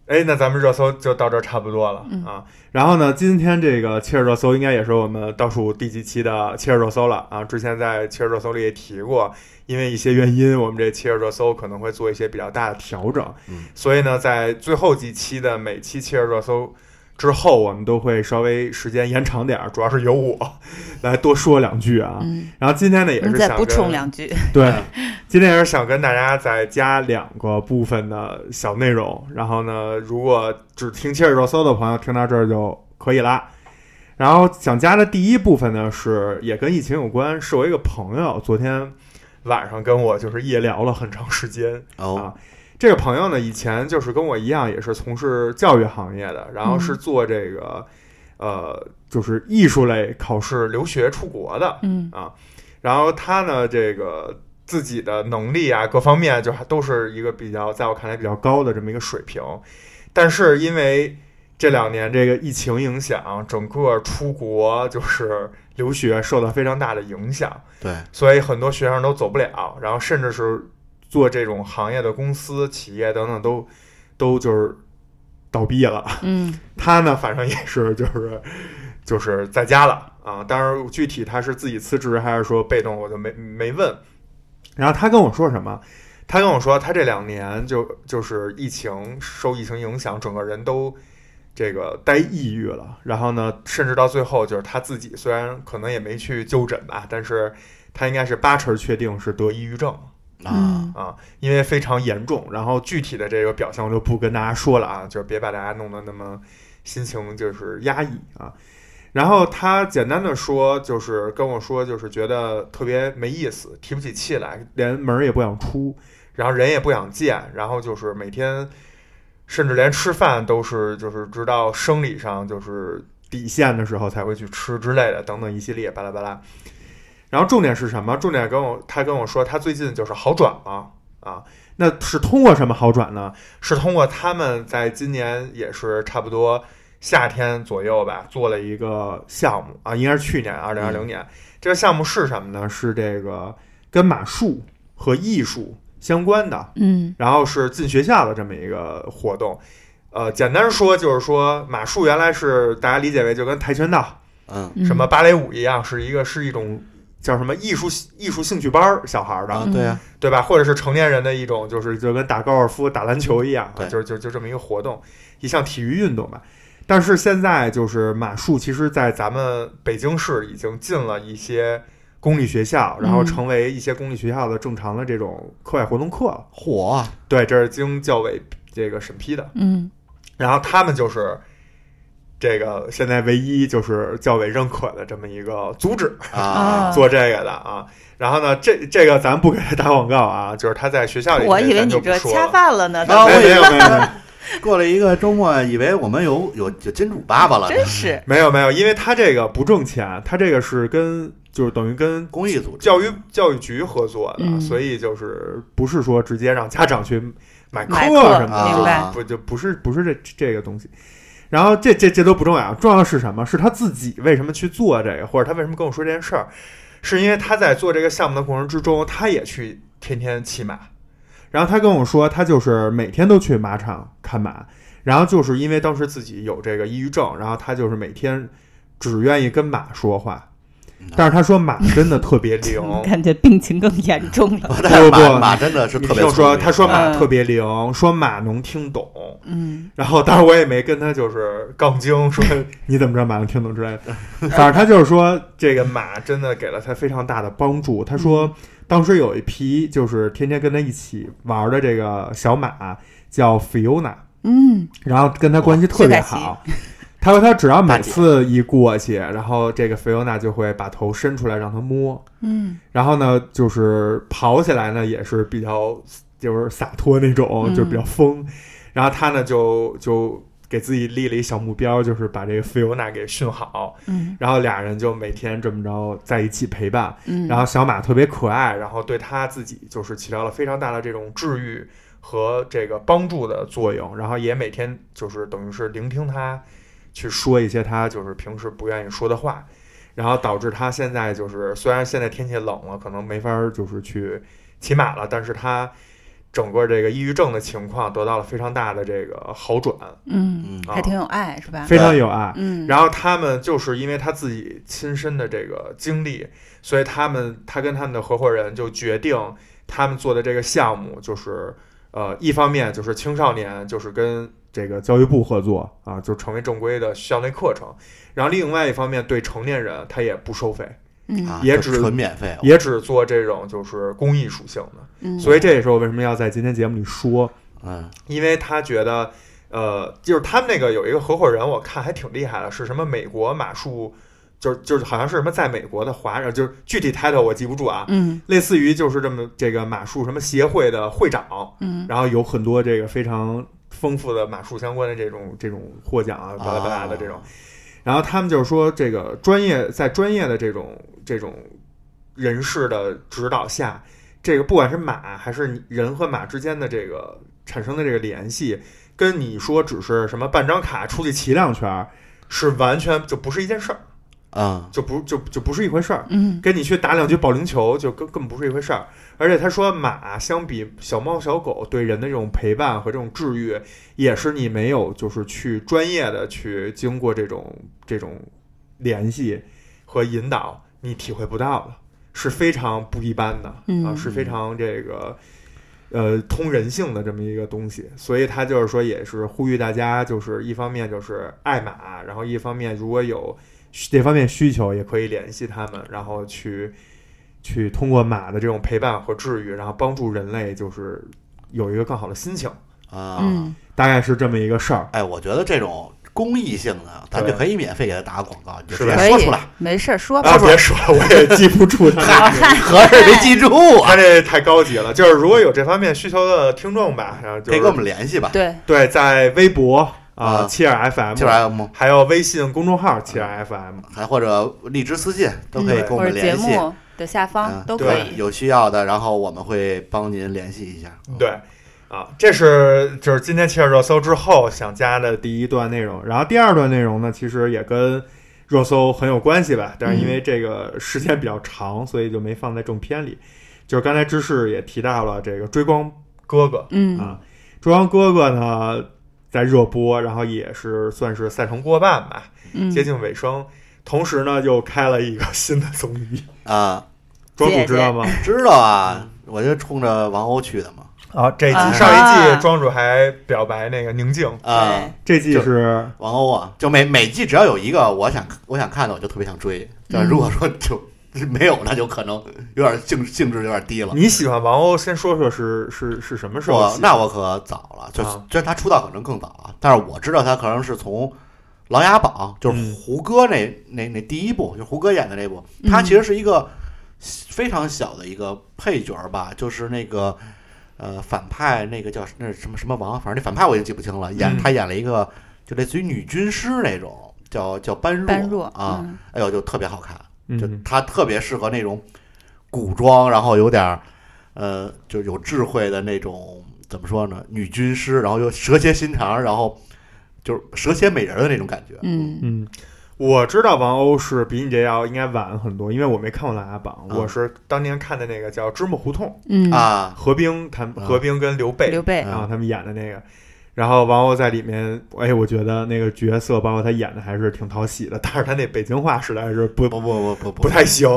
Speaker 1: 哎，那咱们热搜就到这儿差不多了、
Speaker 4: 嗯
Speaker 1: 啊。然后呢，今天这个切尔热搜应该也是我们倒数第几期的切尔热搜了啊。之前在切尔热搜里也提过，因为一些原因，我们这切尔热搜可能会做一些比较大的调整。
Speaker 3: 嗯
Speaker 1: 所以呢，在最后几期的每期切尔热搜。之后我们都会稍微时间延长点儿，主要是由我 来多说两句啊。
Speaker 4: 嗯，
Speaker 1: 然后今天呢也
Speaker 4: 你
Speaker 1: 是
Speaker 4: 再
Speaker 1: 想啊
Speaker 4: 补
Speaker 1: 跟
Speaker 4: 充两句。
Speaker 1: 对，今天也是想跟大家再加两个部分的小内容。然后呢，如果只听切尔热搜的朋友，听到这儿就可以啦。然后想加的第一部分呢，是也跟疫情有关，是我一个朋友昨天晚上跟我就是夜聊了很长时间。
Speaker 3: 哦，
Speaker 1: 这个朋友呢，以前就是跟我一样，也是从事教育行业的，然后是做这个、呃，就是艺术类考试留学出国的。
Speaker 4: 嗯
Speaker 1: 然后他呢，这个自己的能力啊，各方面就还都是一个比较，在我看来比较高的这么一个水平。但是因为这两年这个疫情影响，整个出国就是留学受到非常大的影响，
Speaker 3: 对，
Speaker 1: 所以很多学生都走不了，然后甚至是做这种行业的公司、企业等等都都就是倒闭了。
Speaker 4: 嗯
Speaker 1: 他呢，反正也是 就是就是在家了啊。当然，具体他是自己辞职还是说被动，我就没没问。然后他跟我说什么？他跟我说，他这两年就就是疫情受疫情影响，整个人都这个待抑郁了。然后呢，甚至到最后，就是他自己虽然可能也没去就诊吧，但是他应该是八成确定是得抑郁症。
Speaker 4: 嗯
Speaker 3: 啊，
Speaker 1: 啊，因为非常严重，然后具体的这个表象我就不跟大家说了啊，就是别把大家弄得那么心情就是压抑啊。然后他简单的说，就是跟我说，就是觉得特别没意思，提不起气来，连门儿也不想出，然后人也不想见，然后就是每天，甚至连吃饭都是就是直到生理上就是底线的时候才会去吃之类的，等等一系列巴拉巴拉。然后重点是什么？重点跟我他跟我说，他最近就是好转了啊。那是通过什么好转呢？是通过他们在今年也是差不多夏天左右吧，做了一个项目啊，应该是去年二零二零年。这个项目是什么呢？是这个跟马术和艺术相关的，
Speaker 4: 嗯
Speaker 1: 然后是进学校的这么一个活动。呃，简单说就是说，马术原来是大家理解为就跟跆拳道
Speaker 3: 嗯
Speaker 4: 嗯
Speaker 1: 什么芭蕾舞一样，是一个是一种叫什么艺术艺术兴趣班儿小孩儿的，
Speaker 3: 啊，对呀，
Speaker 1: 对吧？或者是成年人的一种，就是就跟打高尔夫、打篮球一样，
Speaker 3: 对
Speaker 1: 就是就就这么一个活动，一项体育运动吧。但是现在就是马术，其实，在咱们北京市已经进了一些公立学校，然后
Speaker 4: 嗯
Speaker 1: 成为一些公立学校的正常的这种课外活动课了。
Speaker 3: 火啊
Speaker 1: 对，这是经教委这个审批的。
Speaker 4: 嗯
Speaker 1: 然后他们就是这个现在唯一就是教委认可的这么一个组织，
Speaker 3: 啊，
Speaker 1: 做这个的啊。然后呢，这这个咱不给他打广告啊，就是他在学校
Speaker 4: 嗯
Speaker 1: 里，
Speaker 2: 我以为
Speaker 1: 咱
Speaker 2: 你
Speaker 1: 就不
Speaker 2: 这
Speaker 1: 说
Speaker 2: 恰
Speaker 1: 了
Speaker 2: 饭了呢，
Speaker 3: 然后
Speaker 2: 都
Speaker 3: 我
Speaker 1: 没
Speaker 3: 以
Speaker 1: 有
Speaker 3: 为
Speaker 1: 没有没有
Speaker 3: 过了一个周末，以为我们有有有金主爸爸了呢，
Speaker 2: 真是
Speaker 1: 没有没有，因为他这个不挣钱，他这个是跟就是等于跟
Speaker 3: 公益组织
Speaker 1: 教育教育局合作的，
Speaker 4: 嗯
Speaker 1: 所以就是不是说直接让家长去买课
Speaker 4: 买课
Speaker 1: 什么的，
Speaker 3: 啊，
Speaker 4: 明白
Speaker 1: 不就不是不是这这个东西。然后这这这都不重要，重要的是什么？是他自己为什么去做这个，或者他为什么跟我说这件事儿，是因为他在做这个项目的过程之中，他也去天天骑马。然后他跟我说，他就是每天都去马场看马，然后就是因为当时自己有这个抑郁症，然后他就是每天只愿意跟马说话，
Speaker 3: 嗯
Speaker 1: 但是他说马真的特别 灵，
Speaker 4: 感觉病情更严重了。
Speaker 3: 但是
Speaker 1: 不不
Speaker 3: 马马真的是
Speaker 1: 你
Speaker 3: 特
Speaker 1: 听
Speaker 3: 别啊
Speaker 1: 我说，他说马
Speaker 4: 嗯
Speaker 1: 特别灵，说马能听懂，
Speaker 4: 嗯
Speaker 1: 然后，当然我也没跟他就是杠精说你怎么着马上听懂之类 的，反正他就是说这个马真的给了他非常大的帮助。他
Speaker 3: 嗯
Speaker 1: 说当时有一批就是天天跟他一起玩的这个小马叫 Fiona，
Speaker 4: 嗯，
Speaker 1: 然后跟他关系特别好。他说他只要每次一过去，然后这个 Fiona 就会把头伸出来让他摸，
Speaker 4: 嗯，
Speaker 1: 然后呢就是跑起来呢也是比较就是洒脱那种，
Speaker 4: 嗯
Speaker 1: 就是比较疯。然后他呢就就给自己立了一小目标，就是把这个 Fiona 给训好。
Speaker 4: 嗯
Speaker 1: 然后俩人就每天这么着在一起陪伴。
Speaker 4: 嗯，
Speaker 1: 然后小马特别可爱，然后对他自己就是起到了非常大的这种治愈和这个帮助的作用，然后也每天就是等于是聆听他去说一些他就是平时不愿意说的话，然后导致他现在就是虽然现在天气冷了，可能没法儿就是去骑马了，但是他整个这个抑郁症的情况得到了非常大的这个好转，
Speaker 4: 嗯，
Speaker 3: 嗯
Speaker 1: 啊
Speaker 4: 还挺有爱是吧？
Speaker 1: 非常有爱。
Speaker 4: 嗯，
Speaker 1: 然后他们就是因为他自己亲身的这个经历，所以他们他跟他们的合伙人就决定，他们做的这个项目就是，呃，一方面就是青少年就是跟这个教育部合作啊，就成为正规的校内课程，然后另外一方面对成年人他也不收费，
Speaker 4: 嗯
Speaker 3: 啊，
Speaker 1: 也
Speaker 3: 就
Speaker 1: 只
Speaker 3: 纯免费，
Speaker 1: 也只做这种就是公益属性的，
Speaker 4: 嗯，
Speaker 1: 所以这也是我为什么要在今天节目里说，
Speaker 3: 嗯，
Speaker 1: 因为他觉得，呃，就是他们那个有一个合伙人，我看还挺厉害的，是什么美国马术，就是就是好像是什么在美国的华人，就是具体 title 我记不住啊，
Speaker 4: 嗯
Speaker 1: 类似于就是这么这个马术什么协会的会长，
Speaker 4: 嗯
Speaker 1: 然后有很多这个非常丰富的马术相关的这种这种获奖啊，巴拉巴拉的这种，然后他们就是说这个专业在专业的这种这种人士的指导下，这个不管是马还是你人和马之间的这个产生的这个联系，跟你说只是什么办张卡出去骑两圈儿，是完全就不是一件事儿。
Speaker 3: 啊，
Speaker 1: 就不就就不是一回事儿，
Speaker 4: 嗯
Speaker 1: 跟你去打两局保龄球就根根本不是一回事儿。而且他说，马相比小猫小狗对人的这种陪伴和这种治愈，也是你没有就是去专业的去经过这种这种联系和引导，你体会不到的，是非常不一般的、啊，
Speaker 4: 嗯
Speaker 1: 是非常这个。呃，通人性的这么一个东西，所以他就是说，也是呼吁大家，就是一方面就是爱马，然后一方面如果有这方面需求，也可以联系他们，然后去去通过马的这种陪伴和治愈，然后帮助人类就是有一个更好的心情，
Speaker 3: 啊，
Speaker 4: 嗯，
Speaker 1: 大概是这么一个事儿。
Speaker 3: 哎，我觉得这种公益性的，咱
Speaker 1: 对
Speaker 3: 就可以免费给他打个广告，你就是直
Speaker 1: 吧
Speaker 3: 接
Speaker 4: 可
Speaker 3: 说出
Speaker 4: 以
Speaker 3: 来。，
Speaker 4: 没事儿说吧
Speaker 1: 啊，。别说了，我也记不住他的
Speaker 4: 好
Speaker 1: 名字。
Speaker 4: 嗨，
Speaker 3: 合着没记住 啊，
Speaker 1: 他这太高级了，就是如果有这方面需求的听众吧，然后就
Speaker 3: 可以跟我们联系吧，
Speaker 4: 对，
Speaker 1: 对，在微博啊，
Speaker 3: 啊
Speaker 1: 切尔 FM，
Speaker 3: 就是 M，啊
Speaker 1: 还有微信公众号切尔 FM，
Speaker 3: 还或者荔枝私信都可以
Speaker 1: 嗯
Speaker 3: 跟我
Speaker 4: 或者
Speaker 3: 们
Speaker 4: 节
Speaker 3: 联系，
Speaker 4: 目的下
Speaker 3: 嗯
Speaker 4: 方，都可
Speaker 1: 对
Speaker 4: 以。
Speaker 3: 有需要的，然后我们会帮您联系一下。
Speaker 1: 对，啊，这是就是今天切尔热搜之后想加的第一段内容，然后第二段内容呢，其实也跟热搜很有关系吧，但是因为这个时间比较长，所以就没放在正片里。就是刚才芝士也提到了这个追光哥哥
Speaker 4: 嗯
Speaker 1: 啊，追光哥哥呢在热播，然后也是算是赛程过半吧，
Speaker 4: 嗯
Speaker 1: 接，近尾声，同时呢又开了一个新的综艺，
Speaker 3: 啊，
Speaker 1: 庄
Speaker 4: 姐
Speaker 1: 主知道吗？
Speaker 3: 知道啊，我就冲着王鸥去的嘛。
Speaker 1: 啊，这集
Speaker 4: 啊
Speaker 1: 上一
Speaker 4: 哈
Speaker 1: 季庄主还表白那个宁静，
Speaker 3: 啊，
Speaker 1: 这季
Speaker 3: 就是王鸥啊，就每每季只要有一个我想我想看的，我就特别想追。但如果说就没有，那就可能有点兴兴致有点低了。
Speaker 1: 你喜欢王鸥，先说说是是是什么时候
Speaker 3: 我
Speaker 1: 喜欢？
Speaker 3: 那我可早了，就
Speaker 1: 啊
Speaker 3: 虽然他出道可能更早啊，但是我知道他可能是从《琅琊榜》就是
Speaker 1: 嗯
Speaker 3: 胡歌那、那那第一部，就是胡歌演的那部，他
Speaker 4: 嗯
Speaker 3: 其实是一个非常小的一个配角儿吧，就是那个呃反派那个叫那是什么什么王，反正那反派我已经记不清了，演、
Speaker 1: 嗯
Speaker 3: 他演了一个就类似于女军师那种，叫叫般若
Speaker 4: 般若
Speaker 3: 啊，，
Speaker 4: 嗯
Speaker 3: 哎呦就特别好看，就
Speaker 1: 嗯，
Speaker 3: 他特别适合那种古装，然后有点儿呃，就是有智慧的那种，怎么说呢？女军师，然后又蛇蝎心肠，然后就是蛇蝎美人儿的那种感觉。
Speaker 4: 嗯
Speaker 1: 嗯，我知道王鸥是比你这要应该晚很多，因为我没看过《琅琊榜》，
Speaker 3: 啊
Speaker 1: 我是当年看的那个叫《芝麻胡同
Speaker 4: 嗯》，
Speaker 3: 啊，
Speaker 1: 何冰他们
Speaker 3: 啊
Speaker 1: 何冰跟刘备
Speaker 4: 刘备
Speaker 3: 嗯，
Speaker 1: 啊他们演的那个。然后王鸥在里面，哎，我觉得那个角色，包括他演的还是挺讨喜的，但是他那北京话实在是不
Speaker 3: 不不不不不
Speaker 1: 不太行。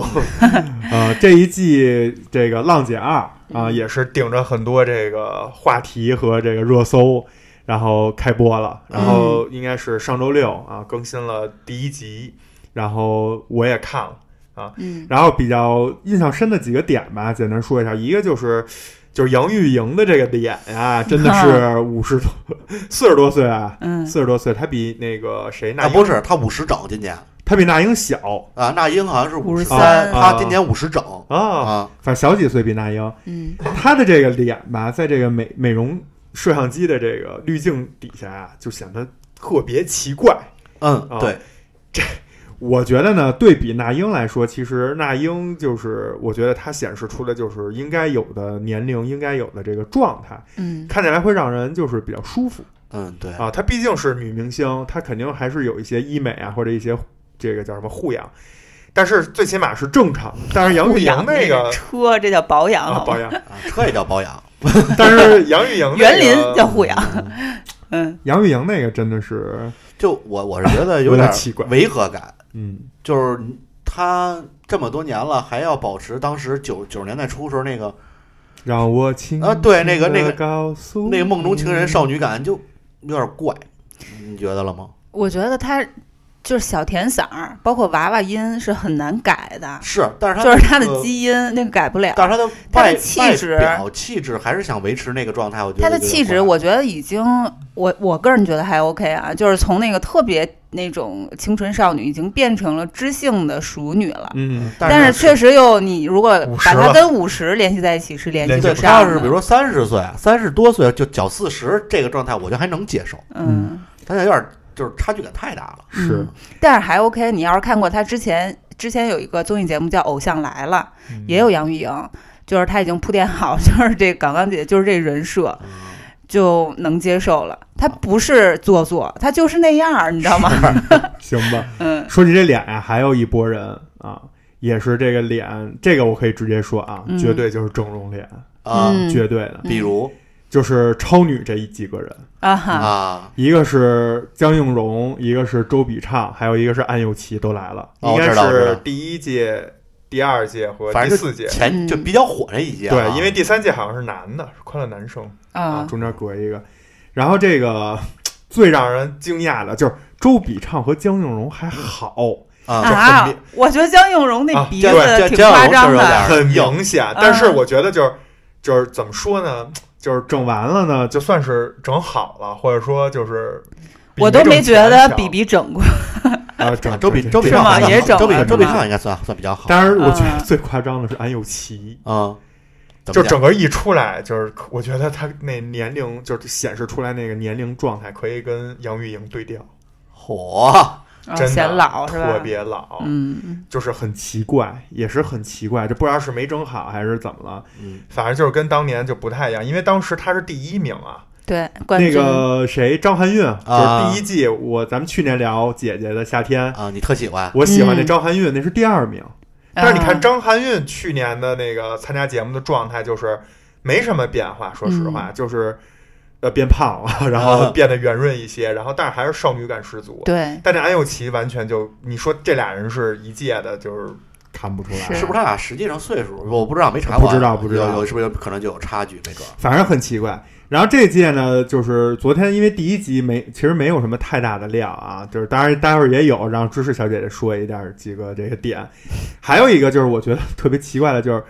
Speaker 1: 呃，这一季这个《浪姐二》啊，也是顶着很多这个话题和这个热搜，然后开播了。然后应该是上周六啊更新了第一集，然后我也看了。
Speaker 4: 嗯
Speaker 1: 然后比较印象深的几个点吧，简单说一下，一个就是。就是杨钰莹的这个脸呀、真的是五十多、 四十多岁啊，
Speaker 4: 嗯
Speaker 1: 四十多岁，她比那个谁那
Speaker 3: 啊，
Speaker 1: 英，
Speaker 3: 不是他五十整今年
Speaker 1: 她比那英小
Speaker 3: 啊，那英好像是十
Speaker 4: 53
Speaker 3: 他今年五十整
Speaker 1: 啊，
Speaker 3: 啊，
Speaker 1: 反正小几岁比那英。
Speaker 4: 嗯
Speaker 1: 他的这个脸吧，在这个美美容摄像机的这个滤镜底下啊，就显得特别奇怪。
Speaker 3: 嗯
Speaker 1: 啊，
Speaker 3: 对，
Speaker 1: 我觉得呢，对比那英来说，其实那英就是，我觉得她显示出的就是应该有的年龄，应该有的这个状态，
Speaker 4: 嗯
Speaker 1: 看起来会让人就是比较舒服
Speaker 3: 嗯对，
Speaker 1: 啊。她毕竟是女明星，她肯定还是有一些医美啊，或者一些这个叫什么护养，但是最起码是正常的。但是杨钰莹那个
Speaker 4: 车，这叫保养
Speaker 1: 啊
Speaker 4: 好
Speaker 1: 保
Speaker 4: 吗？
Speaker 1: 养，
Speaker 3: 啊车也叫保养，
Speaker 1: 但是杨钰莹那个
Speaker 4: 园林叫护养，嗯
Speaker 1: 杨钰莹那个真的是，
Speaker 3: 就我我是觉 得
Speaker 1: 有点
Speaker 3: 点
Speaker 1: 奇怪
Speaker 3: 违和感，
Speaker 1: 嗯。
Speaker 3: 就是他这么多年了，还要保持当时九九十年代初时候那个
Speaker 1: 让我轻
Speaker 3: 啊对那个
Speaker 1: 轻地
Speaker 3: 那个
Speaker 1: 告诉
Speaker 3: 那个梦中情
Speaker 4: 嗯
Speaker 3: 人
Speaker 1: 你
Speaker 3: 少女感就有点怪，你觉得了吗？
Speaker 4: 我觉得他就是小甜嗓儿，包括娃娃音是很难改的，
Speaker 3: 是，但是他
Speaker 4: 就是他
Speaker 3: 那
Speaker 4: 的
Speaker 3: 个，
Speaker 4: 基因那个改不了。
Speaker 3: 但是他的
Speaker 4: 他的
Speaker 3: 外
Speaker 4: 气
Speaker 3: 外
Speaker 4: 质
Speaker 3: 表气质还是想维持那个状态，我觉得
Speaker 4: 他的
Speaker 3: 有点
Speaker 4: 气质，
Speaker 3: 怪
Speaker 4: 我觉得已经，我我个人觉得还 OK 啊，就是从那个特别那种清纯少女，已经变成了知性的熟女
Speaker 3: 啊
Speaker 4: 了。
Speaker 1: 嗯，
Speaker 4: 但是确实又，你如果
Speaker 1: 50
Speaker 4: 把
Speaker 1: 了
Speaker 4: 她跟五十联系在一起，是联系
Speaker 1: 联系
Speaker 3: 对，
Speaker 4: 不
Speaker 1: 不
Speaker 3: 他
Speaker 4: 上
Speaker 3: 要是
Speaker 4: 的。
Speaker 3: 比如说三十岁、三十多岁就脚四十这个状态，我觉得还能接受，
Speaker 4: 嗯，
Speaker 3: 但是有点就是差距感太大了。
Speaker 1: 是
Speaker 4: 嗯，但是还 OK。你要是看过她之前之前有一个综艺节目叫《偶像来了》，
Speaker 1: 嗯
Speaker 3: 嗯
Speaker 4: 嗯也有杨钰莹，就是她已经铺垫好，就是这港港姐就是这人设，就能接受了。他不是做作，他就是那样儿，你知道吗？
Speaker 1: 行吧。
Speaker 4: 嗯
Speaker 1: 说起这脸呀、还有一波人啊，也是这个脸，这个我可以直接说啊，
Speaker 4: 嗯
Speaker 1: 绝对就是整容脸，
Speaker 3: 啊，
Speaker 4: 嗯
Speaker 1: 绝对的，
Speaker 3: 比如
Speaker 1: 就是超女这一几个人，
Speaker 4: 啊哈，
Speaker 3: 啊，
Speaker 1: 一个是江映蓉，一个是周笔畅，还有一个是安又琪，都来了。
Speaker 3: 哦
Speaker 5: 应该
Speaker 3: 我知道我知道
Speaker 5: 是第一届、第二届和
Speaker 3: 反
Speaker 5: 第
Speaker 3: 正
Speaker 5: 四
Speaker 4: 嗯
Speaker 5: 届。
Speaker 3: 前就比较火这一届啊，
Speaker 1: 对
Speaker 5: 因为第三届好像是男的，是快乐男生
Speaker 4: 啊，
Speaker 1: 中间隔一个。然后这个最让人惊讶的就是周笔畅和江映蓉还好，
Speaker 3: 啊，
Speaker 4: 啊！我觉得江映蓉那
Speaker 5: 啊
Speaker 4: 鼻
Speaker 3: 江
Speaker 4: 子
Speaker 3: 江
Speaker 4: 挺
Speaker 3: 江
Speaker 4: 夸
Speaker 3: 映
Speaker 4: 张
Speaker 3: 蓉确实有
Speaker 4: 的
Speaker 3: 点，
Speaker 5: 很明显，但是我觉得就是就是怎么说呢，
Speaker 1: 就是整完了呢，
Speaker 5: 就算是整好了，或者说就是比
Speaker 4: 我都
Speaker 5: 没
Speaker 4: 没
Speaker 5: 挣
Speaker 4: 觉
Speaker 5: 钱
Speaker 4: 得
Speaker 5: 强
Speaker 4: 比比整过。
Speaker 1: 啊，整
Speaker 3: 周笔周笔
Speaker 4: 是
Speaker 3: 畅
Speaker 4: 吗
Speaker 3: 还算
Speaker 4: 也
Speaker 3: 好
Speaker 4: 整
Speaker 3: 周笔
Speaker 4: 了
Speaker 3: 周笔
Speaker 4: 是吗
Speaker 3: 畅应该算算比较好，
Speaker 1: 当然，我觉
Speaker 4: 嗯
Speaker 1: 得最夸张的是安又琪，
Speaker 3: 啊，怎么
Speaker 5: 就
Speaker 3: 讲
Speaker 5: 整个一出来，就是我觉得他那年龄就是显示出来那个年龄状态，可以跟杨钰莹对调，
Speaker 3: 火，
Speaker 4: 啊
Speaker 5: 真的
Speaker 4: 显老是吧？
Speaker 5: 特别老，
Speaker 4: 嗯，
Speaker 5: 就是很
Speaker 1: 很奇怪，也是很奇怪，这不知道是没整好还是怎么了。
Speaker 3: 嗯，
Speaker 5: 反正就是跟当年就不太一样，因为当时他是第一名啊，
Speaker 4: 对，冠
Speaker 1: 那
Speaker 4: 军
Speaker 1: 个谁，张含韵，就是
Speaker 3: 啊
Speaker 1: 第一季，我咱们去年聊姐姐的夏天，
Speaker 3: 啊，你特喜欢
Speaker 1: 我喜欢那
Speaker 4: 嗯
Speaker 1: 张含韵，那是第二名，
Speaker 5: 但是你看
Speaker 4: 张
Speaker 5: 张含韵去年的那个参加节目的状态，就是没什么变化，说实
Speaker 4: 嗯
Speaker 5: 话，就是
Speaker 1: 呃，变 胖了，然后
Speaker 3: 啊
Speaker 5: 变得圆润一些，然后但是还是少女感十足。
Speaker 4: 对
Speaker 5: 但这安又琪完全就，你说这俩人是一届的，就是
Speaker 1: 看不出
Speaker 4: 是
Speaker 1: 来，
Speaker 3: 是不是他俩实际上岁数？我不知道，没查过啊，
Speaker 1: 不知道不知道
Speaker 3: 有有是不是有可能就有差距？没准儿
Speaker 1: 反正很奇怪。然后这届呢，就是昨天因为第一集没，其实没有什么太大的料啊，就是当然待会儿也有让芝士小姐姐说一点儿几个这个点，还有一个就是我觉得特别奇怪的就是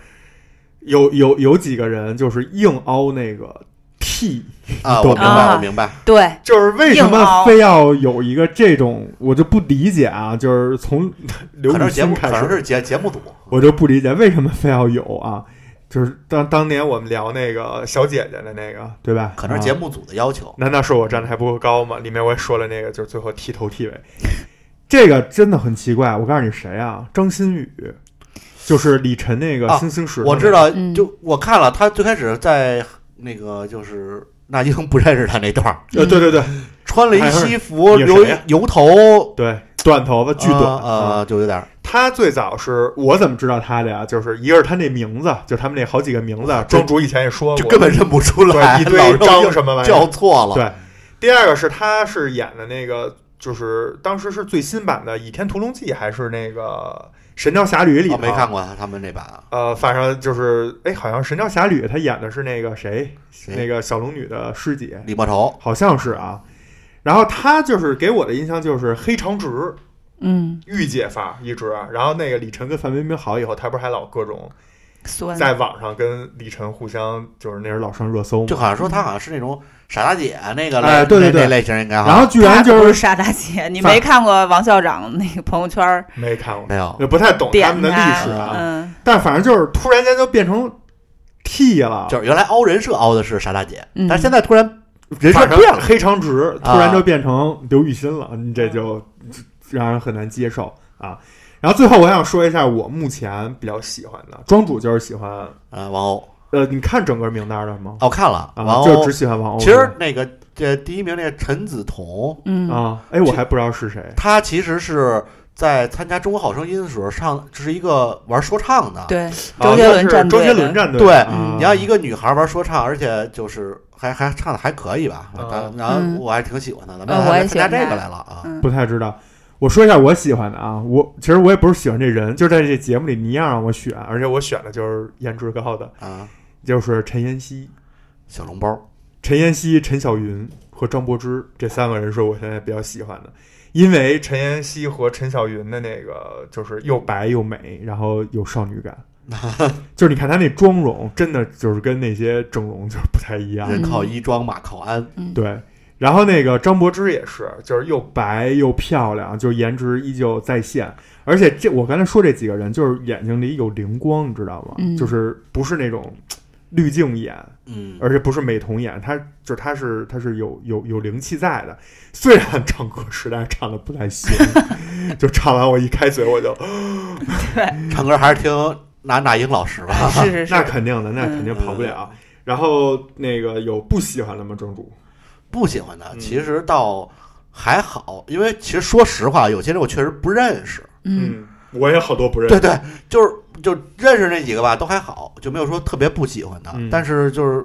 Speaker 1: 有有有几个人就是硬凹那个 T，
Speaker 3: 啊，
Speaker 1: 懂
Speaker 3: 我明
Speaker 4: 啊
Speaker 3: 白，我明白，
Speaker 4: 对，
Speaker 1: 就是为什
Speaker 4: 硬
Speaker 1: 么
Speaker 4: 凹
Speaker 1: 非要有一个这种，我就不理解啊，就是从刘
Speaker 3: 可能
Speaker 1: 雨
Speaker 3: 是节
Speaker 1: 欣
Speaker 3: 目，
Speaker 1: 开
Speaker 3: 可能
Speaker 1: 始，
Speaker 3: 是节节目组
Speaker 1: 我就不理解为什么非要有啊，就是
Speaker 5: 当当年我们聊那个小姐姐的那个，
Speaker 1: 对吧？
Speaker 3: 可能
Speaker 1: 啊
Speaker 3: 是节目组的要求。
Speaker 5: 难道是我站的还不够高吗？里面我也说了那个，就是最后剃
Speaker 1: 剃
Speaker 5: 头
Speaker 1: 头剃尾， 这个真的很奇怪。我告诉你谁啊？张馨予，就是李晨那个
Speaker 3: 啊
Speaker 1: 《星星石》
Speaker 3: 我知道，
Speaker 4: 嗯
Speaker 3: 就我看了，他最开始在那个就是那英不认识他那段儿，
Speaker 1: 呃，对对对
Speaker 3: 穿了一
Speaker 1: 还是
Speaker 3: 西服，
Speaker 1: 你是
Speaker 3: 留
Speaker 1: 谁呀啊呃
Speaker 3: 油头，
Speaker 1: 对，短头发巨短
Speaker 3: 啊，啊就有点儿
Speaker 1: 他最早是我怎么知道他的呀？就是一个是他那名字，就他们那好几个名字，
Speaker 5: 庄
Speaker 1: 庄
Speaker 5: 主以前也说
Speaker 3: 就
Speaker 5: 过，
Speaker 3: 根本认不出来，
Speaker 5: 对一
Speaker 3: 老
Speaker 5: 堆
Speaker 3: 肉
Speaker 5: 张
Speaker 3: 就
Speaker 5: 什么玩意儿。
Speaker 3: 叫错了。
Speaker 1: 对
Speaker 5: 第二个是他是演的那个，就是当时是最新版的《倚天屠龙记》还是那个
Speaker 1: 《神雕侠侣》里
Speaker 3: 我
Speaker 1: 头
Speaker 3: 没看过他们那版啊，
Speaker 5: 呃，反正就是哎，好像《神雕侠侣》他演的是那个谁，
Speaker 3: 谁
Speaker 5: 那个小龙女的师姐，
Speaker 3: 李莫愁
Speaker 1: 好像是啊。
Speaker 5: 然后他就是给我的印象就是黑长直
Speaker 4: 嗯，
Speaker 5: 御姐范儿一直，啊然后那个李晨跟范冰冰好以后，他不是还老各种
Speaker 4: 酸
Speaker 5: 在网上跟李晨互相就是那
Speaker 1: 那
Speaker 5: 是
Speaker 1: 是
Speaker 5: 老
Speaker 1: 老上热搜嘛
Speaker 3: 就好像说他好像是那种傻大姐那个类，
Speaker 1: 哎对对
Speaker 3: 那
Speaker 1: 对
Speaker 3: 那类型应该哈。
Speaker 1: 然后居然
Speaker 4: 他
Speaker 1: 就
Speaker 4: 不
Speaker 1: 是
Speaker 4: 是傻大姐，你
Speaker 1: 反
Speaker 4: 没看过王校长那个朋友圈儿
Speaker 5: 没看过，
Speaker 3: 没有，
Speaker 5: 也不太懂他
Speaker 4: 点
Speaker 5: 们的历
Speaker 4: 他
Speaker 5: 史啊。
Speaker 4: 嗯，
Speaker 1: 但反正就是突然间就变成 T 了，
Speaker 3: 就是原来凹人设凹的是傻大姐，
Speaker 4: 嗯
Speaker 3: 但是现在突然人设
Speaker 1: 反
Speaker 3: 变
Speaker 1: 正
Speaker 3: 了，
Speaker 1: 黑长直突然
Speaker 3: 啊
Speaker 1: 就变成刘雨欣了，你这就让人很难接受啊。然后最后我想说一下，我目前比
Speaker 5: 比
Speaker 1: 较
Speaker 5: 较喜欢的，
Speaker 1: 庄主就是喜欢，
Speaker 3: 啊，王鸥，
Speaker 1: 呃，你看整个名单了吗？
Speaker 3: 哦，看了，王
Speaker 1: 啊，就只
Speaker 3: 鸥，
Speaker 1: 喜欢王鸥。
Speaker 3: 其实那个这第一名那个陈梓童，
Speaker 4: 嗯
Speaker 1: 啊，哎，我还不知道是谁。
Speaker 3: 他其实是在参加《中国好声音》的时候上，是一个玩说唱的，
Speaker 4: 对，
Speaker 1: 啊
Speaker 4: 周杰伦
Speaker 1: 那是
Speaker 4: 战
Speaker 1: 周
Speaker 4: 队
Speaker 1: 杰伦
Speaker 4: 的
Speaker 1: 战队
Speaker 3: 对嗯
Speaker 1: 啊
Speaker 3: 你要一个女孩玩说唱，而且就是还还唱的还可以吧，
Speaker 5: 嗯
Speaker 1: 啊
Speaker 3: 然然后我还挺喜欢她的，
Speaker 4: 嗯我
Speaker 3: 还
Speaker 4: 也喜欢
Speaker 3: 参加这
Speaker 4: 她
Speaker 3: 个来了啊，
Speaker 4: 嗯
Speaker 1: 不太知道。我说一下我喜欢的啊，我其实我也不是喜欢这人，就在这节目里你一样让我选，
Speaker 5: 而且我选的就是颜值高的，
Speaker 3: 啊，
Speaker 1: 就是陈妍希、
Speaker 3: 小笼包，
Speaker 1: 陈妍希、陈小云和张柏芝
Speaker 5: 这三个人是我现在比较喜欢的，因为陈妍希和陈小云的那个就是又
Speaker 1: 又白又美，然后有少女感。就是你看她那妆容，真的就是跟那些整容就是不太一
Speaker 4: 嗯
Speaker 1: 样。
Speaker 3: 人靠衣装，马靠鞍，
Speaker 1: 对，然后那个张柏芝
Speaker 5: 芝也是，就是
Speaker 1: 又
Speaker 5: 又
Speaker 1: 白又漂亮，就颜值依旧在线。而且这我刚才说这几个人，就是眼睛里有灵光，你知道吗？
Speaker 4: 嗯
Speaker 1: 就是不是那种滤镜眼，
Speaker 3: 嗯，
Speaker 1: 而且不是美瞳眼，他就是他是他是有有有灵气在的。虽然唱歌实在是唱的不太行， 就唱完我一开嘴我就
Speaker 3: 唱歌还是听那那英老师吧，
Speaker 4: 是是是，
Speaker 1: 那肯定的，那
Speaker 4: 嗯
Speaker 1: 肯定跑不了。然后那个有不喜欢的吗？庄主？
Speaker 3: 不喜欢的
Speaker 1: 嗯
Speaker 3: 其实倒还好，因为其实说实话，有些人我确实不认识。
Speaker 4: 嗯，
Speaker 1: 嗯，我也好多不认识
Speaker 3: 对。对，就是就认识那几个吧，都还好，就没有说特别不喜欢的。
Speaker 1: 嗯
Speaker 3: 但是就是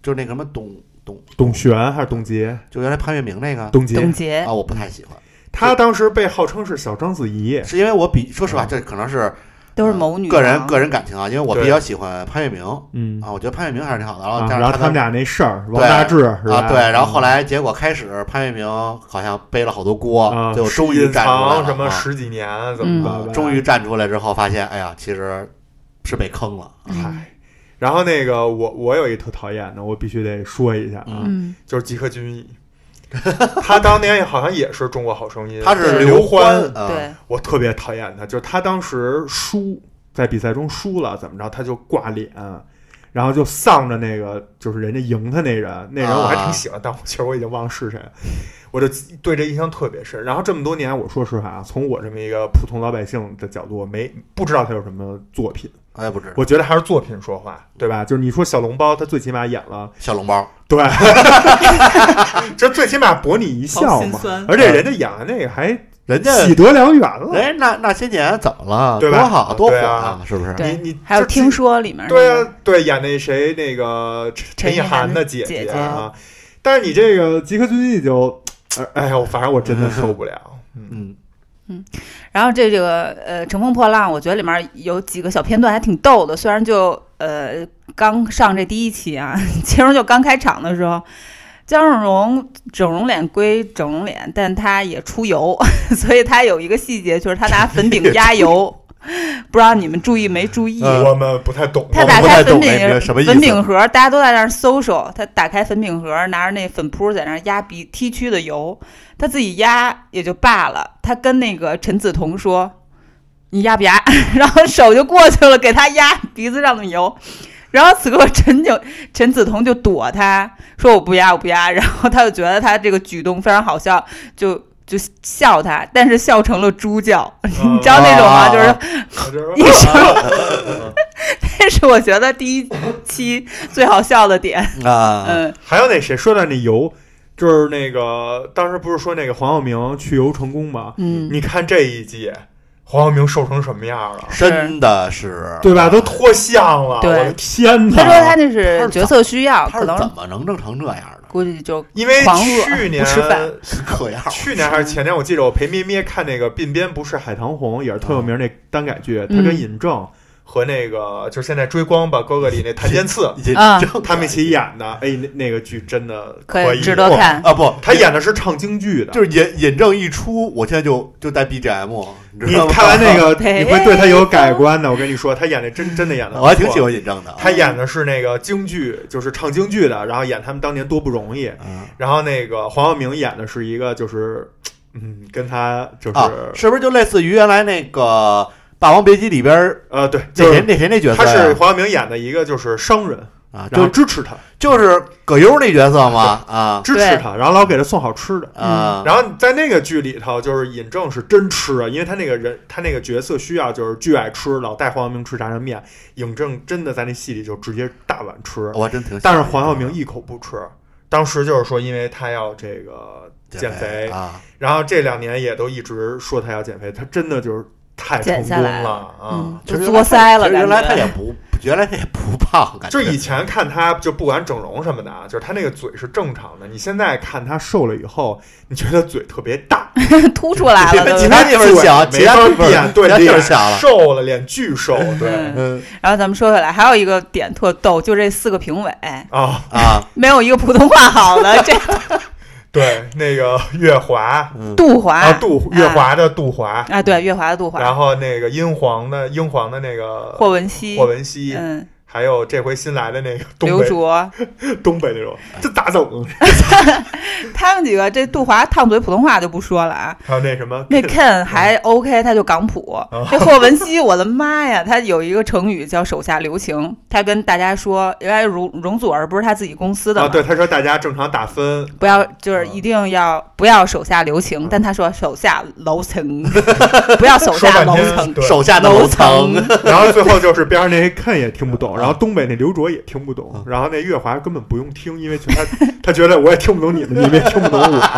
Speaker 3: 就是那个什么董董，
Speaker 1: 董璇还是董洁？
Speaker 3: 就原来潘粤明那个
Speaker 1: 董洁，
Speaker 4: 董洁
Speaker 3: 啊，我不太喜欢，
Speaker 1: 她当时被号称是小章子怡。
Speaker 3: 是因为我比说实话，
Speaker 1: 嗯
Speaker 3: 这可能是
Speaker 4: 都是谋女，
Speaker 3: 个人个人感情啊，因为我
Speaker 5: 对
Speaker 3: 比较喜欢潘粤明
Speaker 1: 嗯，
Speaker 3: 啊，我觉得潘粤明还是挺好的，然后
Speaker 1: 啊
Speaker 3: 加
Speaker 1: 然
Speaker 3: 上
Speaker 1: 后
Speaker 3: 哦他
Speaker 1: 他们
Speaker 3: 的。
Speaker 1: 俩那事儿，
Speaker 3: 对
Speaker 1: 王大治是吧？嗯
Speaker 3: 啊，对，然后后来结果开始，潘粤明好像背了好多锅，
Speaker 1: 啊
Speaker 3: 最后终于
Speaker 5: 隐
Speaker 3: 站出来
Speaker 5: 藏
Speaker 3: 了
Speaker 5: 什么
Speaker 3: 啊
Speaker 5: 十几年怎么
Speaker 1: 嗯
Speaker 5: 的？
Speaker 1: 吧
Speaker 3: 终于站出来之后，发现哎呀，其实是被坑了。
Speaker 4: 嗯
Speaker 1: 嗨，然后那个我我有一特讨厌的，我必须得说一下啊，
Speaker 4: 嗯，
Speaker 5: 就是吉克隽逸，他当年好像也是《中国好声音》，
Speaker 3: 他是
Speaker 4: 对
Speaker 3: 刘欢
Speaker 1: 嗯
Speaker 5: 欢，，
Speaker 3: 啊
Speaker 4: 对，
Speaker 1: 我特别讨厌他，就是他当时输在比赛中输了，怎么着他就挂脸，然后就丧着那个就是人家赢他那人，那人我还挺喜欢，但我其实我已经忘了是谁了，我就对这印象特别深。然后这么多年，我说实话啊，从我这么一个普通老百姓的角度，我没不知道他有什么作品，
Speaker 3: 我也不知道
Speaker 5: 我觉得还是作品说话，
Speaker 1: 对
Speaker 4: 嗯
Speaker 1: 吧？就是你说小笼包，他最起码演了，
Speaker 3: 小笼包，
Speaker 1: 对，这最起码博你一笑
Speaker 4: 好心
Speaker 1: 嘛
Speaker 4: 酸。
Speaker 1: 而且人家演完那个还
Speaker 3: 人家
Speaker 1: 喜得良缘了，
Speaker 3: 哎，那那些年怎么了？
Speaker 5: 对吧
Speaker 3: 多好多火
Speaker 5: 对啊
Speaker 3: 是不是？
Speaker 4: 对
Speaker 5: 你你
Speaker 4: 还有
Speaker 5: 就
Speaker 4: 听说里面
Speaker 5: 对
Speaker 4: 那个
Speaker 5: 啊，对，演那谁那个陈
Speaker 4: 陈
Speaker 5: 陈
Speaker 4: 意
Speaker 5: 意
Speaker 4: 涵
Speaker 5: 涵
Speaker 4: 的
Speaker 5: 的姐
Speaker 4: 姐姐
Speaker 5: 啊。
Speaker 1: 但是你这个吉克隽逸就，呃哎呀，我反正我真的受不了。嗯，
Speaker 3: 嗯，
Speaker 4: 然后这这个呃《乘风破浪》，我觉得里面有几个小片段还挺逗的，虽然就呃刚上这第一期啊， 其中就刚开场的时候。姜蓉蓉整容脸归整容脸，但她也出油， 所以她有一个细节就是她拿粉饼压油， 不知道你们注意没
Speaker 1: 嗯
Speaker 4: 注意？
Speaker 3: 呃
Speaker 5: 我们不太懂，
Speaker 4: 他
Speaker 3: 我
Speaker 4: 打
Speaker 3: 不
Speaker 4: 开
Speaker 3: 太
Speaker 4: 粉
Speaker 3: 懂
Speaker 4: 饼
Speaker 3: 那个什么意思
Speaker 4: 粉饼盒，大家都在那儿搜搜。他打开粉饼盒，拿着那粉扑在那儿压鼻 T 区的油，他自己压也就罢了，他跟那个陈梓童说：“你压不压？” 然后手就过去了，给他压鼻子上的油。然后此刻陈就陈梓童就躲他，说我不压我不压， 然后他就觉得他这个举动非常好笑，就就笑他，但是笑成了猪叫，你知道那种吗？
Speaker 3: 啊
Speaker 4: 就是
Speaker 1: 呃
Speaker 5: 我这
Speaker 4: 一声
Speaker 5: 啊
Speaker 4: 这是我觉得第一期最好笑的点。
Speaker 3: 啊，
Speaker 4: 嗯，
Speaker 1: 还有那谁说到那油，就是那个当时不是说那个黄耀明去油成功吗？
Speaker 4: 嗯
Speaker 1: 你
Speaker 5: 你看这一季，黄晓明瘦成什么样
Speaker 3: 啊
Speaker 5: 了？
Speaker 3: 真的是，
Speaker 1: 对吧？都
Speaker 5: 脱相了，
Speaker 4: 对
Speaker 5: 我的天
Speaker 1: 天哪！
Speaker 4: 他说他那是
Speaker 3: 他是
Speaker 4: 角色需要，可
Speaker 3: 他是
Speaker 4: 能
Speaker 3: 怎么能弄成这样
Speaker 4: 估计就
Speaker 5: 因为
Speaker 4: 狂饿
Speaker 5: 去年
Speaker 4: 不吃饭
Speaker 3: 的？嗑药，
Speaker 5: 去
Speaker 1: 去年
Speaker 5: 年
Speaker 1: 还
Speaker 5: 还
Speaker 1: 是
Speaker 5: 是前
Speaker 1: 前年，
Speaker 5: 年，
Speaker 1: 我
Speaker 5: 我
Speaker 1: 记
Speaker 5: 记
Speaker 1: 着
Speaker 5: 着
Speaker 1: 我
Speaker 5: 我
Speaker 1: 陪
Speaker 5: 陪
Speaker 1: 咩
Speaker 5: 咩
Speaker 1: 咩
Speaker 5: 咩
Speaker 1: 看
Speaker 5: 看
Speaker 1: 那
Speaker 5: 那
Speaker 1: 个
Speaker 5: 个
Speaker 1: 《鬓边不是海棠红》，也是特有
Speaker 3: 嗯
Speaker 1: 名那单改剧，他
Speaker 4: 嗯
Speaker 1: 跟尹正
Speaker 5: 和那个就是现在《追光吧哥哥》里那谭健次，
Speaker 3: 已经
Speaker 4: 啊
Speaker 3: 这么
Speaker 1: 他们一起演的。哎，那那个剧真的
Speaker 4: 可
Speaker 1: 以
Speaker 4: 以，值得看。
Speaker 3: 啊不，
Speaker 1: 他演的是唱京剧的，
Speaker 3: 就是引引证一出，我现在就就带 BGM，你
Speaker 1: 你
Speaker 3: 知道吗？
Speaker 1: 看完那个，你
Speaker 4: 对
Speaker 1: 会对他有改观的。我跟你说，他演的真真的演的，
Speaker 3: 我还挺喜。欢引证的。
Speaker 1: 他演的是那个京剧，就是唱京剧的，然后演他们当年多不容易。
Speaker 3: 嗯
Speaker 1: 然后那个黄耀明演的是一个，就是嗯，跟他就是、
Speaker 3: 啊，是不是就类似于原来那个《霸王别姬》里边儿
Speaker 1: 呃，对，
Speaker 3: 那
Speaker 1: 就
Speaker 3: 谁
Speaker 1: 是
Speaker 3: 那谁那角
Speaker 1: 他
Speaker 3: 色
Speaker 1: 是
Speaker 3: 呀？
Speaker 1: 黄耀明演的一个就是商人，
Speaker 3: 啊，
Speaker 1: 然后
Speaker 3: 就
Speaker 1: 支持他，
Speaker 3: 就是葛优那角色 嘛啊
Speaker 1: 支持他，然后老给他送好吃的。
Speaker 4: 嗯
Speaker 3: 啊，
Speaker 1: 然后在那个剧里头，就是尹正是真吃啊，因为他那个人，他那个角色需要就是巨爱吃，老带黄耀明吃炸酱面。尹正真的在那戏里就直接大碗吃，
Speaker 3: 我还真挺喜欢。
Speaker 1: 但是黄耀明一口不吃。当时就是说，因为他要这个减肥，
Speaker 3: 啊，
Speaker 1: 然后这两年也都一直说他要减肥，他真的就是太成
Speaker 4: 减
Speaker 1: 功
Speaker 4: 下来
Speaker 1: 了啊！
Speaker 4: 嗯，就
Speaker 3: 其实
Speaker 4: 作腮了，
Speaker 3: 其实
Speaker 4: 感
Speaker 3: 原来他
Speaker 4: 觉。
Speaker 3: 也不，原来他也不胖，感觉
Speaker 5: 就以前看他就不管整容什么的啊，就是他那个嘴是正常的。你现在看
Speaker 1: 看他瘦了以后，你觉得嘴特别大，
Speaker 4: 凸出来了，
Speaker 3: 其
Speaker 4: 对吧
Speaker 3: 他地方小，其
Speaker 5: 没
Speaker 3: 他
Speaker 5: 法
Speaker 3: 地方
Speaker 5: 变，对
Speaker 3: 其他地
Speaker 5: 脸
Speaker 3: 方小了。
Speaker 5: 瘦了，脸巨瘦，对
Speaker 4: 嗯，
Speaker 3: 嗯
Speaker 4: 然后咱们说回来，还有一个点特逗，就这四个评委
Speaker 5: 啊，
Speaker 3: 啊，
Speaker 4: 没有一个普通话好的。这
Speaker 5: 对，那个月华
Speaker 3: 嗯，
Speaker 4: 杜华
Speaker 5: 啊，杜月华的杜华，
Speaker 4: 啊，对，月华的杜华，
Speaker 5: 然后那个英皇的英皇的那个
Speaker 4: 霍汶希，
Speaker 5: 霍汶希，
Speaker 4: 嗯，
Speaker 5: 还有这回新来的那个东
Speaker 4: 刘
Speaker 5: 北
Speaker 4: 卓，
Speaker 1: 东北那种，这咋整？
Speaker 4: 他们几个这杜华烫嘴普通话就不说了啊，
Speaker 5: 还有那什么
Speaker 4: 那 Ken 还 OK，他就港普。这霍汶希，我的妈呀，他有一个成语叫“手下留情”，他跟大家说，原来容容祖儿不是他自己公司的
Speaker 1: 啊，
Speaker 4: 嘛，
Speaker 1: 对，他说大家正常打分，
Speaker 4: 不要就是一定要不要手下留情，但他说手下楼层，不要手
Speaker 5: 说
Speaker 4: 下
Speaker 5: 半
Speaker 4: 楼
Speaker 5: 天
Speaker 4: 层，
Speaker 5: 对，
Speaker 3: 手下的
Speaker 4: 楼
Speaker 3: 层，
Speaker 4: 层，
Speaker 1: 然后最后就是边上那 Ken 也听不懂，然然后东北那刘卓也听不懂
Speaker 3: 嗯，
Speaker 1: 然后那月华根本不用听，因为全他他觉得我也听不懂你们，你们也听不懂我。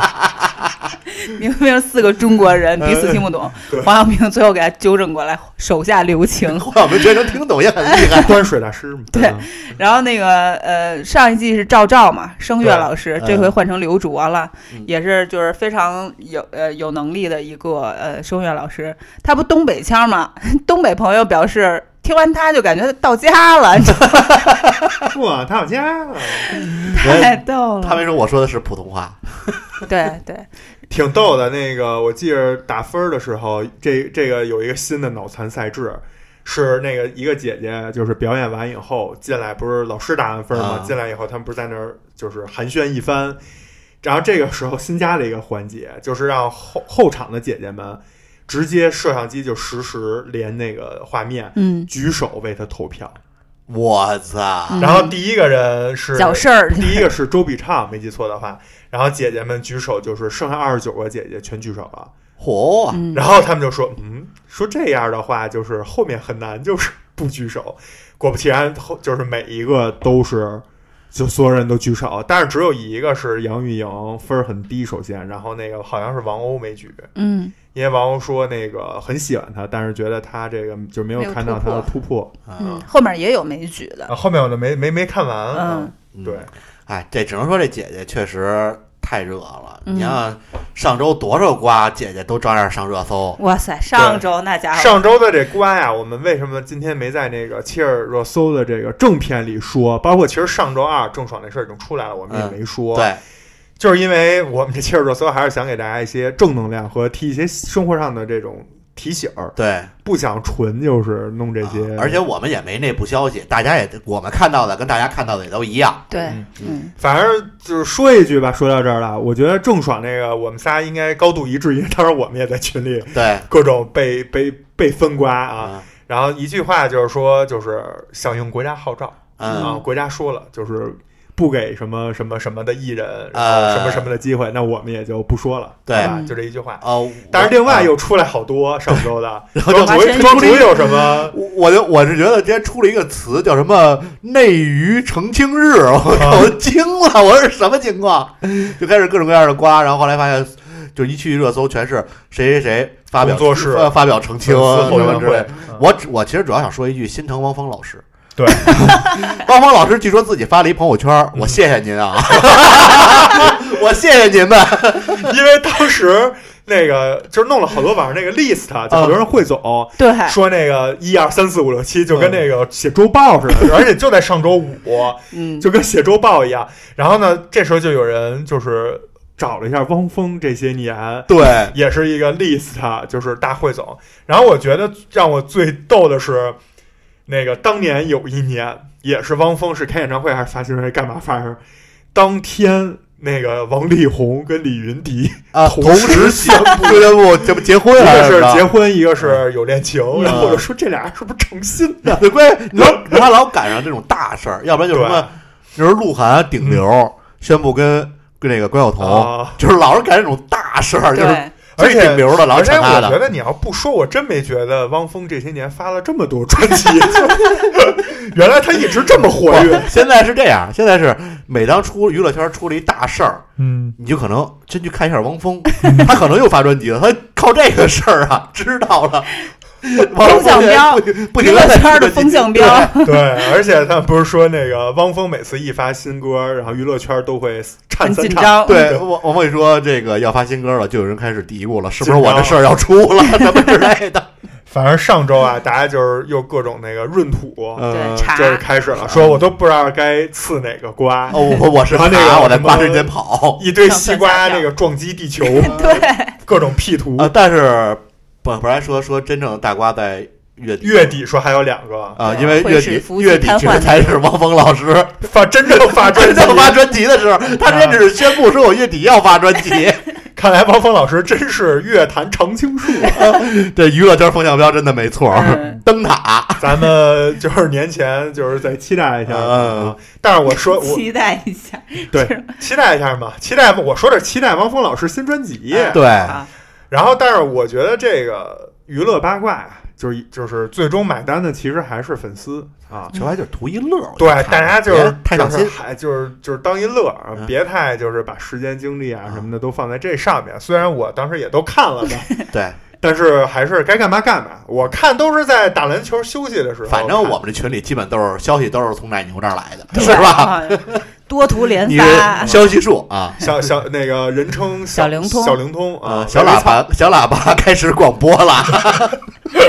Speaker 4: 明明四个中国人彼此听不懂，黄晓明最后给他纠正过来，手下留情。
Speaker 3: 我们这能听懂也很厉害。
Speaker 1: 端水大师嘛，
Speaker 4: 对
Speaker 1: 嗯
Speaker 4: 然后那个呃，上一季是赵照嘛，声乐
Speaker 3: 对
Speaker 4: 老师，
Speaker 3: 嗯
Speaker 4: 这回换成刘卓了，
Speaker 3: 嗯
Speaker 4: 也是就是非常有呃有能力的一个呃声乐老师。他不东北腔嘛， 东北朋友表示听完他就感觉到家了，你知道吗
Speaker 1: 哇，他好家伙，
Speaker 4: 太逗
Speaker 3: 他
Speaker 4: 了。
Speaker 3: 没说我说的是普通话，
Speaker 4: 对对，
Speaker 1: 挺逗的。那个我记着打分儿的时候，这这个有一个新的脑残赛制。是那个一个姐姐，就是表演完以后进来，不是老师打完分儿吗？
Speaker 3: 啊
Speaker 1: 进来以后，他们不是在那儿就是寒暄一番，然后这个时候新加了一个环节，就是让后后场的姐姐们直接摄像机就实时连那个画面，
Speaker 4: 嗯，
Speaker 1: 举手为他投票。
Speaker 3: 我操！
Speaker 4: 嗯
Speaker 5: 然后第一个人是
Speaker 4: 小事儿，
Speaker 1: 第一个是周笔畅，没记错的话，然后姐姐们举手，就是剩下二十九个姐姐全举手了。
Speaker 3: 嚯，
Speaker 1: 啊
Speaker 4: 嗯，
Speaker 1: 然后他们就说，嗯，说这样的话，就是后面很难，就是不举手。果不其然，后就是每一个都是，就所有人都举手，但是只有一个是杨钰莹分儿很低，首先，然后那个好像是王鸥没举，
Speaker 4: 嗯，
Speaker 1: 因为王鸥说那个很喜欢她，但是觉得她这个就没有
Speaker 4: 没有
Speaker 1: 看到
Speaker 4: 突
Speaker 1: 她的
Speaker 4: 破
Speaker 1: 突破。
Speaker 3: 啊
Speaker 4: 嗯，后面也有枚举的，
Speaker 5: 啊后面我就没没没看完，
Speaker 4: 嗯，
Speaker 3: 嗯
Speaker 1: 啊对，
Speaker 3: 哎，这只能说这姐姐确实太热了。
Speaker 4: 嗯
Speaker 3: 你看上周多少瓜姐姐都照样上热搜，
Speaker 4: 哇塞，上周那家伙，
Speaker 5: 上
Speaker 1: 上周的这瓜呀，我们为什么今天没在那个切尔热搜的这个正片里说？包括其实上周二郑爽那事儿已经出来了，我们也
Speaker 3: 嗯
Speaker 1: 没说。
Speaker 3: 对，
Speaker 1: 就是因为我们这切尔热搜还是想给大家一些正能量和提一些生活上的这种提醒儿，
Speaker 3: 对，
Speaker 1: 不想纯就是弄这些。
Speaker 3: 啊而且我们也没内部消息，大家也我们看到的跟大家看到的也都一样。
Speaker 4: 对
Speaker 1: 嗯，
Speaker 4: 嗯，
Speaker 1: 反正就是说一句吧，说到这儿了，我觉得郑爽这个我们仨应该高度一致，因为当时我们也在群里
Speaker 3: 对
Speaker 1: 各种 被被被分瓜啊。
Speaker 3: 啊，
Speaker 1: 然后一句话就是说，就是响应国家号召
Speaker 3: 嗯，
Speaker 1: 啊，国家说了就是。不给什么什么什么的艺人，然
Speaker 3: 呃
Speaker 1: 后什么什么的机会，那我们也就不说了，
Speaker 3: 对
Speaker 1: 好吧
Speaker 4: 嗯
Speaker 1: 就这一句话。
Speaker 3: 哦，
Speaker 1: 但是另外
Speaker 3: 我
Speaker 1: 又出来好 多上周的，
Speaker 3: 然后
Speaker 1: 庄
Speaker 3: 就
Speaker 1: 主
Speaker 4: 完全
Speaker 1: 庄
Speaker 4: 出
Speaker 1: 主
Speaker 4: 力
Speaker 1: 有什么？
Speaker 3: 嗯我我就我是觉得今天出了一个词叫什么“内娱澄清日”，我靠，我惊了，我说是什么情况？就开始各种各样的瓜，然后后来发现，就一去热搜全是谁谁谁发表
Speaker 5: 工作室
Speaker 3: 发发表澄清
Speaker 5: 粉丝
Speaker 3: 什
Speaker 5: 后援
Speaker 3: 么之类
Speaker 5: 会
Speaker 3: 的。，
Speaker 1: 嗯
Speaker 3: 我只我其实主要想说一句，心疼汪峰老师。
Speaker 5: 对，
Speaker 3: 汪峰老师据说自己发了一朋友圈，我谢谢您啊， 我谢谢您们。嗯
Speaker 1: 因为当时那个就是弄了好多网上那个 list，就啊 好多人汇总，
Speaker 4: 对，
Speaker 1: 说那个一二三四五六七，就跟
Speaker 3: 嗯
Speaker 1: 那个写周报似的，而且就在上周五，
Speaker 4: 嗯，
Speaker 1: 就跟写周报一样。然后呢，这时候就有人就是找了一下汪峰这些年。
Speaker 3: 对，
Speaker 1: 也是一个 list，就是大汇总。然后我觉得让我最逗的是，那个当年有一年也是汪峰是开演唱会还是发新闻还是干嘛，反正当天那个王力宏跟李云迪，
Speaker 3: 啊，
Speaker 1: 同
Speaker 3: 同时
Speaker 1: 时
Speaker 3: 宣布俱乐部这不结婚
Speaker 1: 一
Speaker 3: 了，
Speaker 1: 个是
Speaker 3: 吧
Speaker 1: 结婚，一个是有恋情，
Speaker 3: 嗯
Speaker 1: 然后我就说这俩人是不是成心的？
Speaker 3: 对，关键你说他老赶上这种大事儿，要不然就是什么，就是鹿晗顶流宣布跟跟那个关晓彤，
Speaker 1: 啊！
Speaker 3: 就是老是赶上这种大事儿，就是
Speaker 4: 对，
Speaker 3: 最顶流的老
Speaker 5: 而
Speaker 3: 是
Speaker 5: 且
Speaker 3: 抢他
Speaker 5: 我觉
Speaker 3: 的。
Speaker 5: 得你要不说，我真没觉得汪峰这些年发了这么多专
Speaker 1: 传奇，原来他一直这么活跃。
Speaker 3: 不现在是这样，现在是每当出娱乐圈出了一大事儿，
Speaker 1: 嗯，
Speaker 3: 你就可能真去看一下汪峰， 他可能又发专辑了，他靠这个事儿啊， 知道 了。
Speaker 4: 风向标
Speaker 3: 不停不
Speaker 4: 娱
Speaker 3: 停
Speaker 4: 乐
Speaker 3: 地在
Speaker 4: 圈的风向标，
Speaker 1: 对，而且他不是说那个汪峰每次一发新歌，然后娱乐圈都会
Speaker 4: 很
Speaker 1: 颤三
Speaker 4: 紧
Speaker 1: 颤。
Speaker 4: 张，
Speaker 3: 对 我，我会说这个要发新歌了，就有人开始嘀咕了，是不是我这事儿要出 了什么之类的？
Speaker 1: 反正上周啊，大家就是又各种那个闰土，
Speaker 3: 嗯
Speaker 4: 对，查
Speaker 1: 就是开始了，说我都不知道该刺哪个瓜，
Speaker 3: 哦，我我是
Speaker 1: 然后那个
Speaker 3: 爬我在
Speaker 1: 什么
Speaker 3: 瓜之间跑
Speaker 1: 一堆西瓜那个撞击地球，
Speaker 4: 对，
Speaker 1: 各种 P 图。
Speaker 3: 啊，但是本本来说说真正的大瓜在月底
Speaker 1: 月底说还有两个
Speaker 3: 啊，
Speaker 4: 对
Speaker 3: 因为
Speaker 4: 会
Speaker 3: 月
Speaker 4: 使
Speaker 3: 底
Speaker 4: 服务器
Speaker 3: 月底
Speaker 4: 瘫
Speaker 3: 其
Speaker 4: 痪
Speaker 3: 实
Speaker 4: 的
Speaker 3: 才是汪 峰老师
Speaker 1: 发真正发专
Speaker 3: 真
Speaker 1: 辑，
Speaker 3: 正发专辑的时候，他
Speaker 4: 啊
Speaker 3: 之前只是宣布说我月底要发专 辑。
Speaker 1: 看来汪峰老师真是乐坛常青树。啊
Speaker 3: 这娱乐圈风向标真的没错儿，
Speaker 4: 嗯
Speaker 3: 灯塔
Speaker 1: 咱们就是年前就是再期待一下，啊
Speaker 3: 嗯
Speaker 1: 但是我说我
Speaker 4: 期待一下，
Speaker 1: 期待一下嘛，期待我说这期待汪峰老师新专辑，
Speaker 4: 嗯
Speaker 3: 哎对
Speaker 4: 啊
Speaker 1: 然后但是我觉得这个娱乐八卦呀
Speaker 6: 就是
Speaker 1: 就是最终买单的其实还是粉丝啊。
Speaker 3: 这玩意儿就是图一乐儿。我
Speaker 1: 对
Speaker 3: 觉得，看
Speaker 1: 大家就是
Speaker 3: 嗯别太上
Speaker 1: 就是
Speaker 3: 心。
Speaker 1: 还就是就是当一乐儿啊
Speaker 3: 嗯，
Speaker 1: 别太就是把时间精力啊
Speaker 3: 嗯
Speaker 1: 什么的都放在这上面。虽然我当时也都看了吧，
Speaker 3: 对，
Speaker 1: 但是还是该干嘛干嘛。我看都是在打篮球休息的时候看，
Speaker 3: 反正我们这群里基本都是消息都是从奶牛这儿来的，
Speaker 4: 对
Speaker 3: 是吧？
Speaker 4: 啊？ 多图连
Speaker 3: 你
Speaker 4: 发
Speaker 3: 是，消息树啊，
Speaker 1: 小小那个人称
Speaker 4: 小灵通
Speaker 1: 小灵通啊
Speaker 3: 呃，，小喇叭，小喇叭开始广播 了。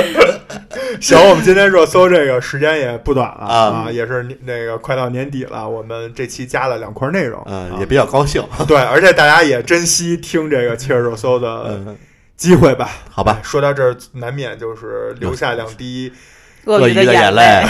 Speaker 1: 行，我们今天热搜这个时间也不短了
Speaker 3: 啊
Speaker 1: 啊，也是年那个快到年底了，我们这期加了两块内容，
Speaker 3: 嗯，
Speaker 1: 啊
Speaker 3: 也比较高兴。
Speaker 1: 对，而且大家也珍惜听这个切尔热搜的
Speaker 3: 嗯，
Speaker 1: 机会吧。
Speaker 3: 好吧，
Speaker 1: 说到这儿，难免就是留下两 滴
Speaker 4: 鳄
Speaker 3: 鱼
Speaker 4: 的
Speaker 3: 的眼
Speaker 4: 泪，，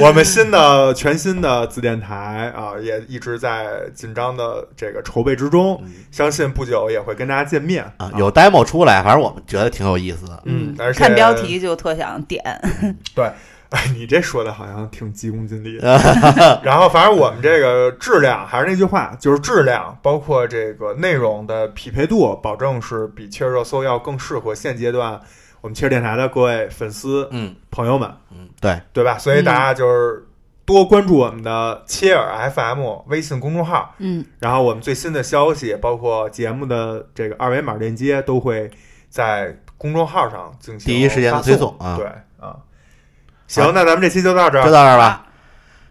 Speaker 1: 我们新的全新的子电台啊，也一直在紧张的这个筹备之中，
Speaker 3: 嗯
Speaker 1: 相信不久也会跟大家见面
Speaker 3: 啊，有 demo 出来，反正我们觉得挺有意思的。
Speaker 1: 嗯，而且
Speaker 4: 看标，题就特想点，
Speaker 1: 哎，你这说的好像挺急功近利的。然后，反正我们这个质量还是那句话，就是质量，包括这个内容的匹配度，保证是比切热搜要更适合现阶段我们切电台的各位粉丝
Speaker 3: 嗯
Speaker 1: 朋友们，
Speaker 3: 嗯，对，
Speaker 1: 对吧？所以大家就是多关注我们的切尔 FM 微信公众号。
Speaker 4: 嗯，
Speaker 1: 然后我们最新的消息，包括节目的这个二维码链接，都会在公众号上进行
Speaker 3: 第一时间的
Speaker 1: 发
Speaker 3: 推送啊
Speaker 1: 对啊，行，那咱们这期就到这
Speaker 3: 就
Speaker 1: 儿。
Speaker 3: 到这儿
Speaker 4: 啊
Speaker 3: 吧。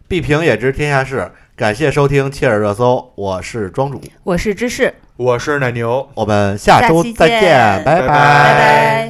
Speaker 3: 必评也知天下事，感谢收听切尔热搜，我是庄主，
Speaker 4: 我是芝士，
Speaker 1: 我是奶牛，
Speaker 3: 我们下周
Speaker 4: 下期
Speaker 3: 再
Speaker 4: 见
Speaker 3: 见，
Speaker 1: 拜拜
Speaker 4: 拜拜。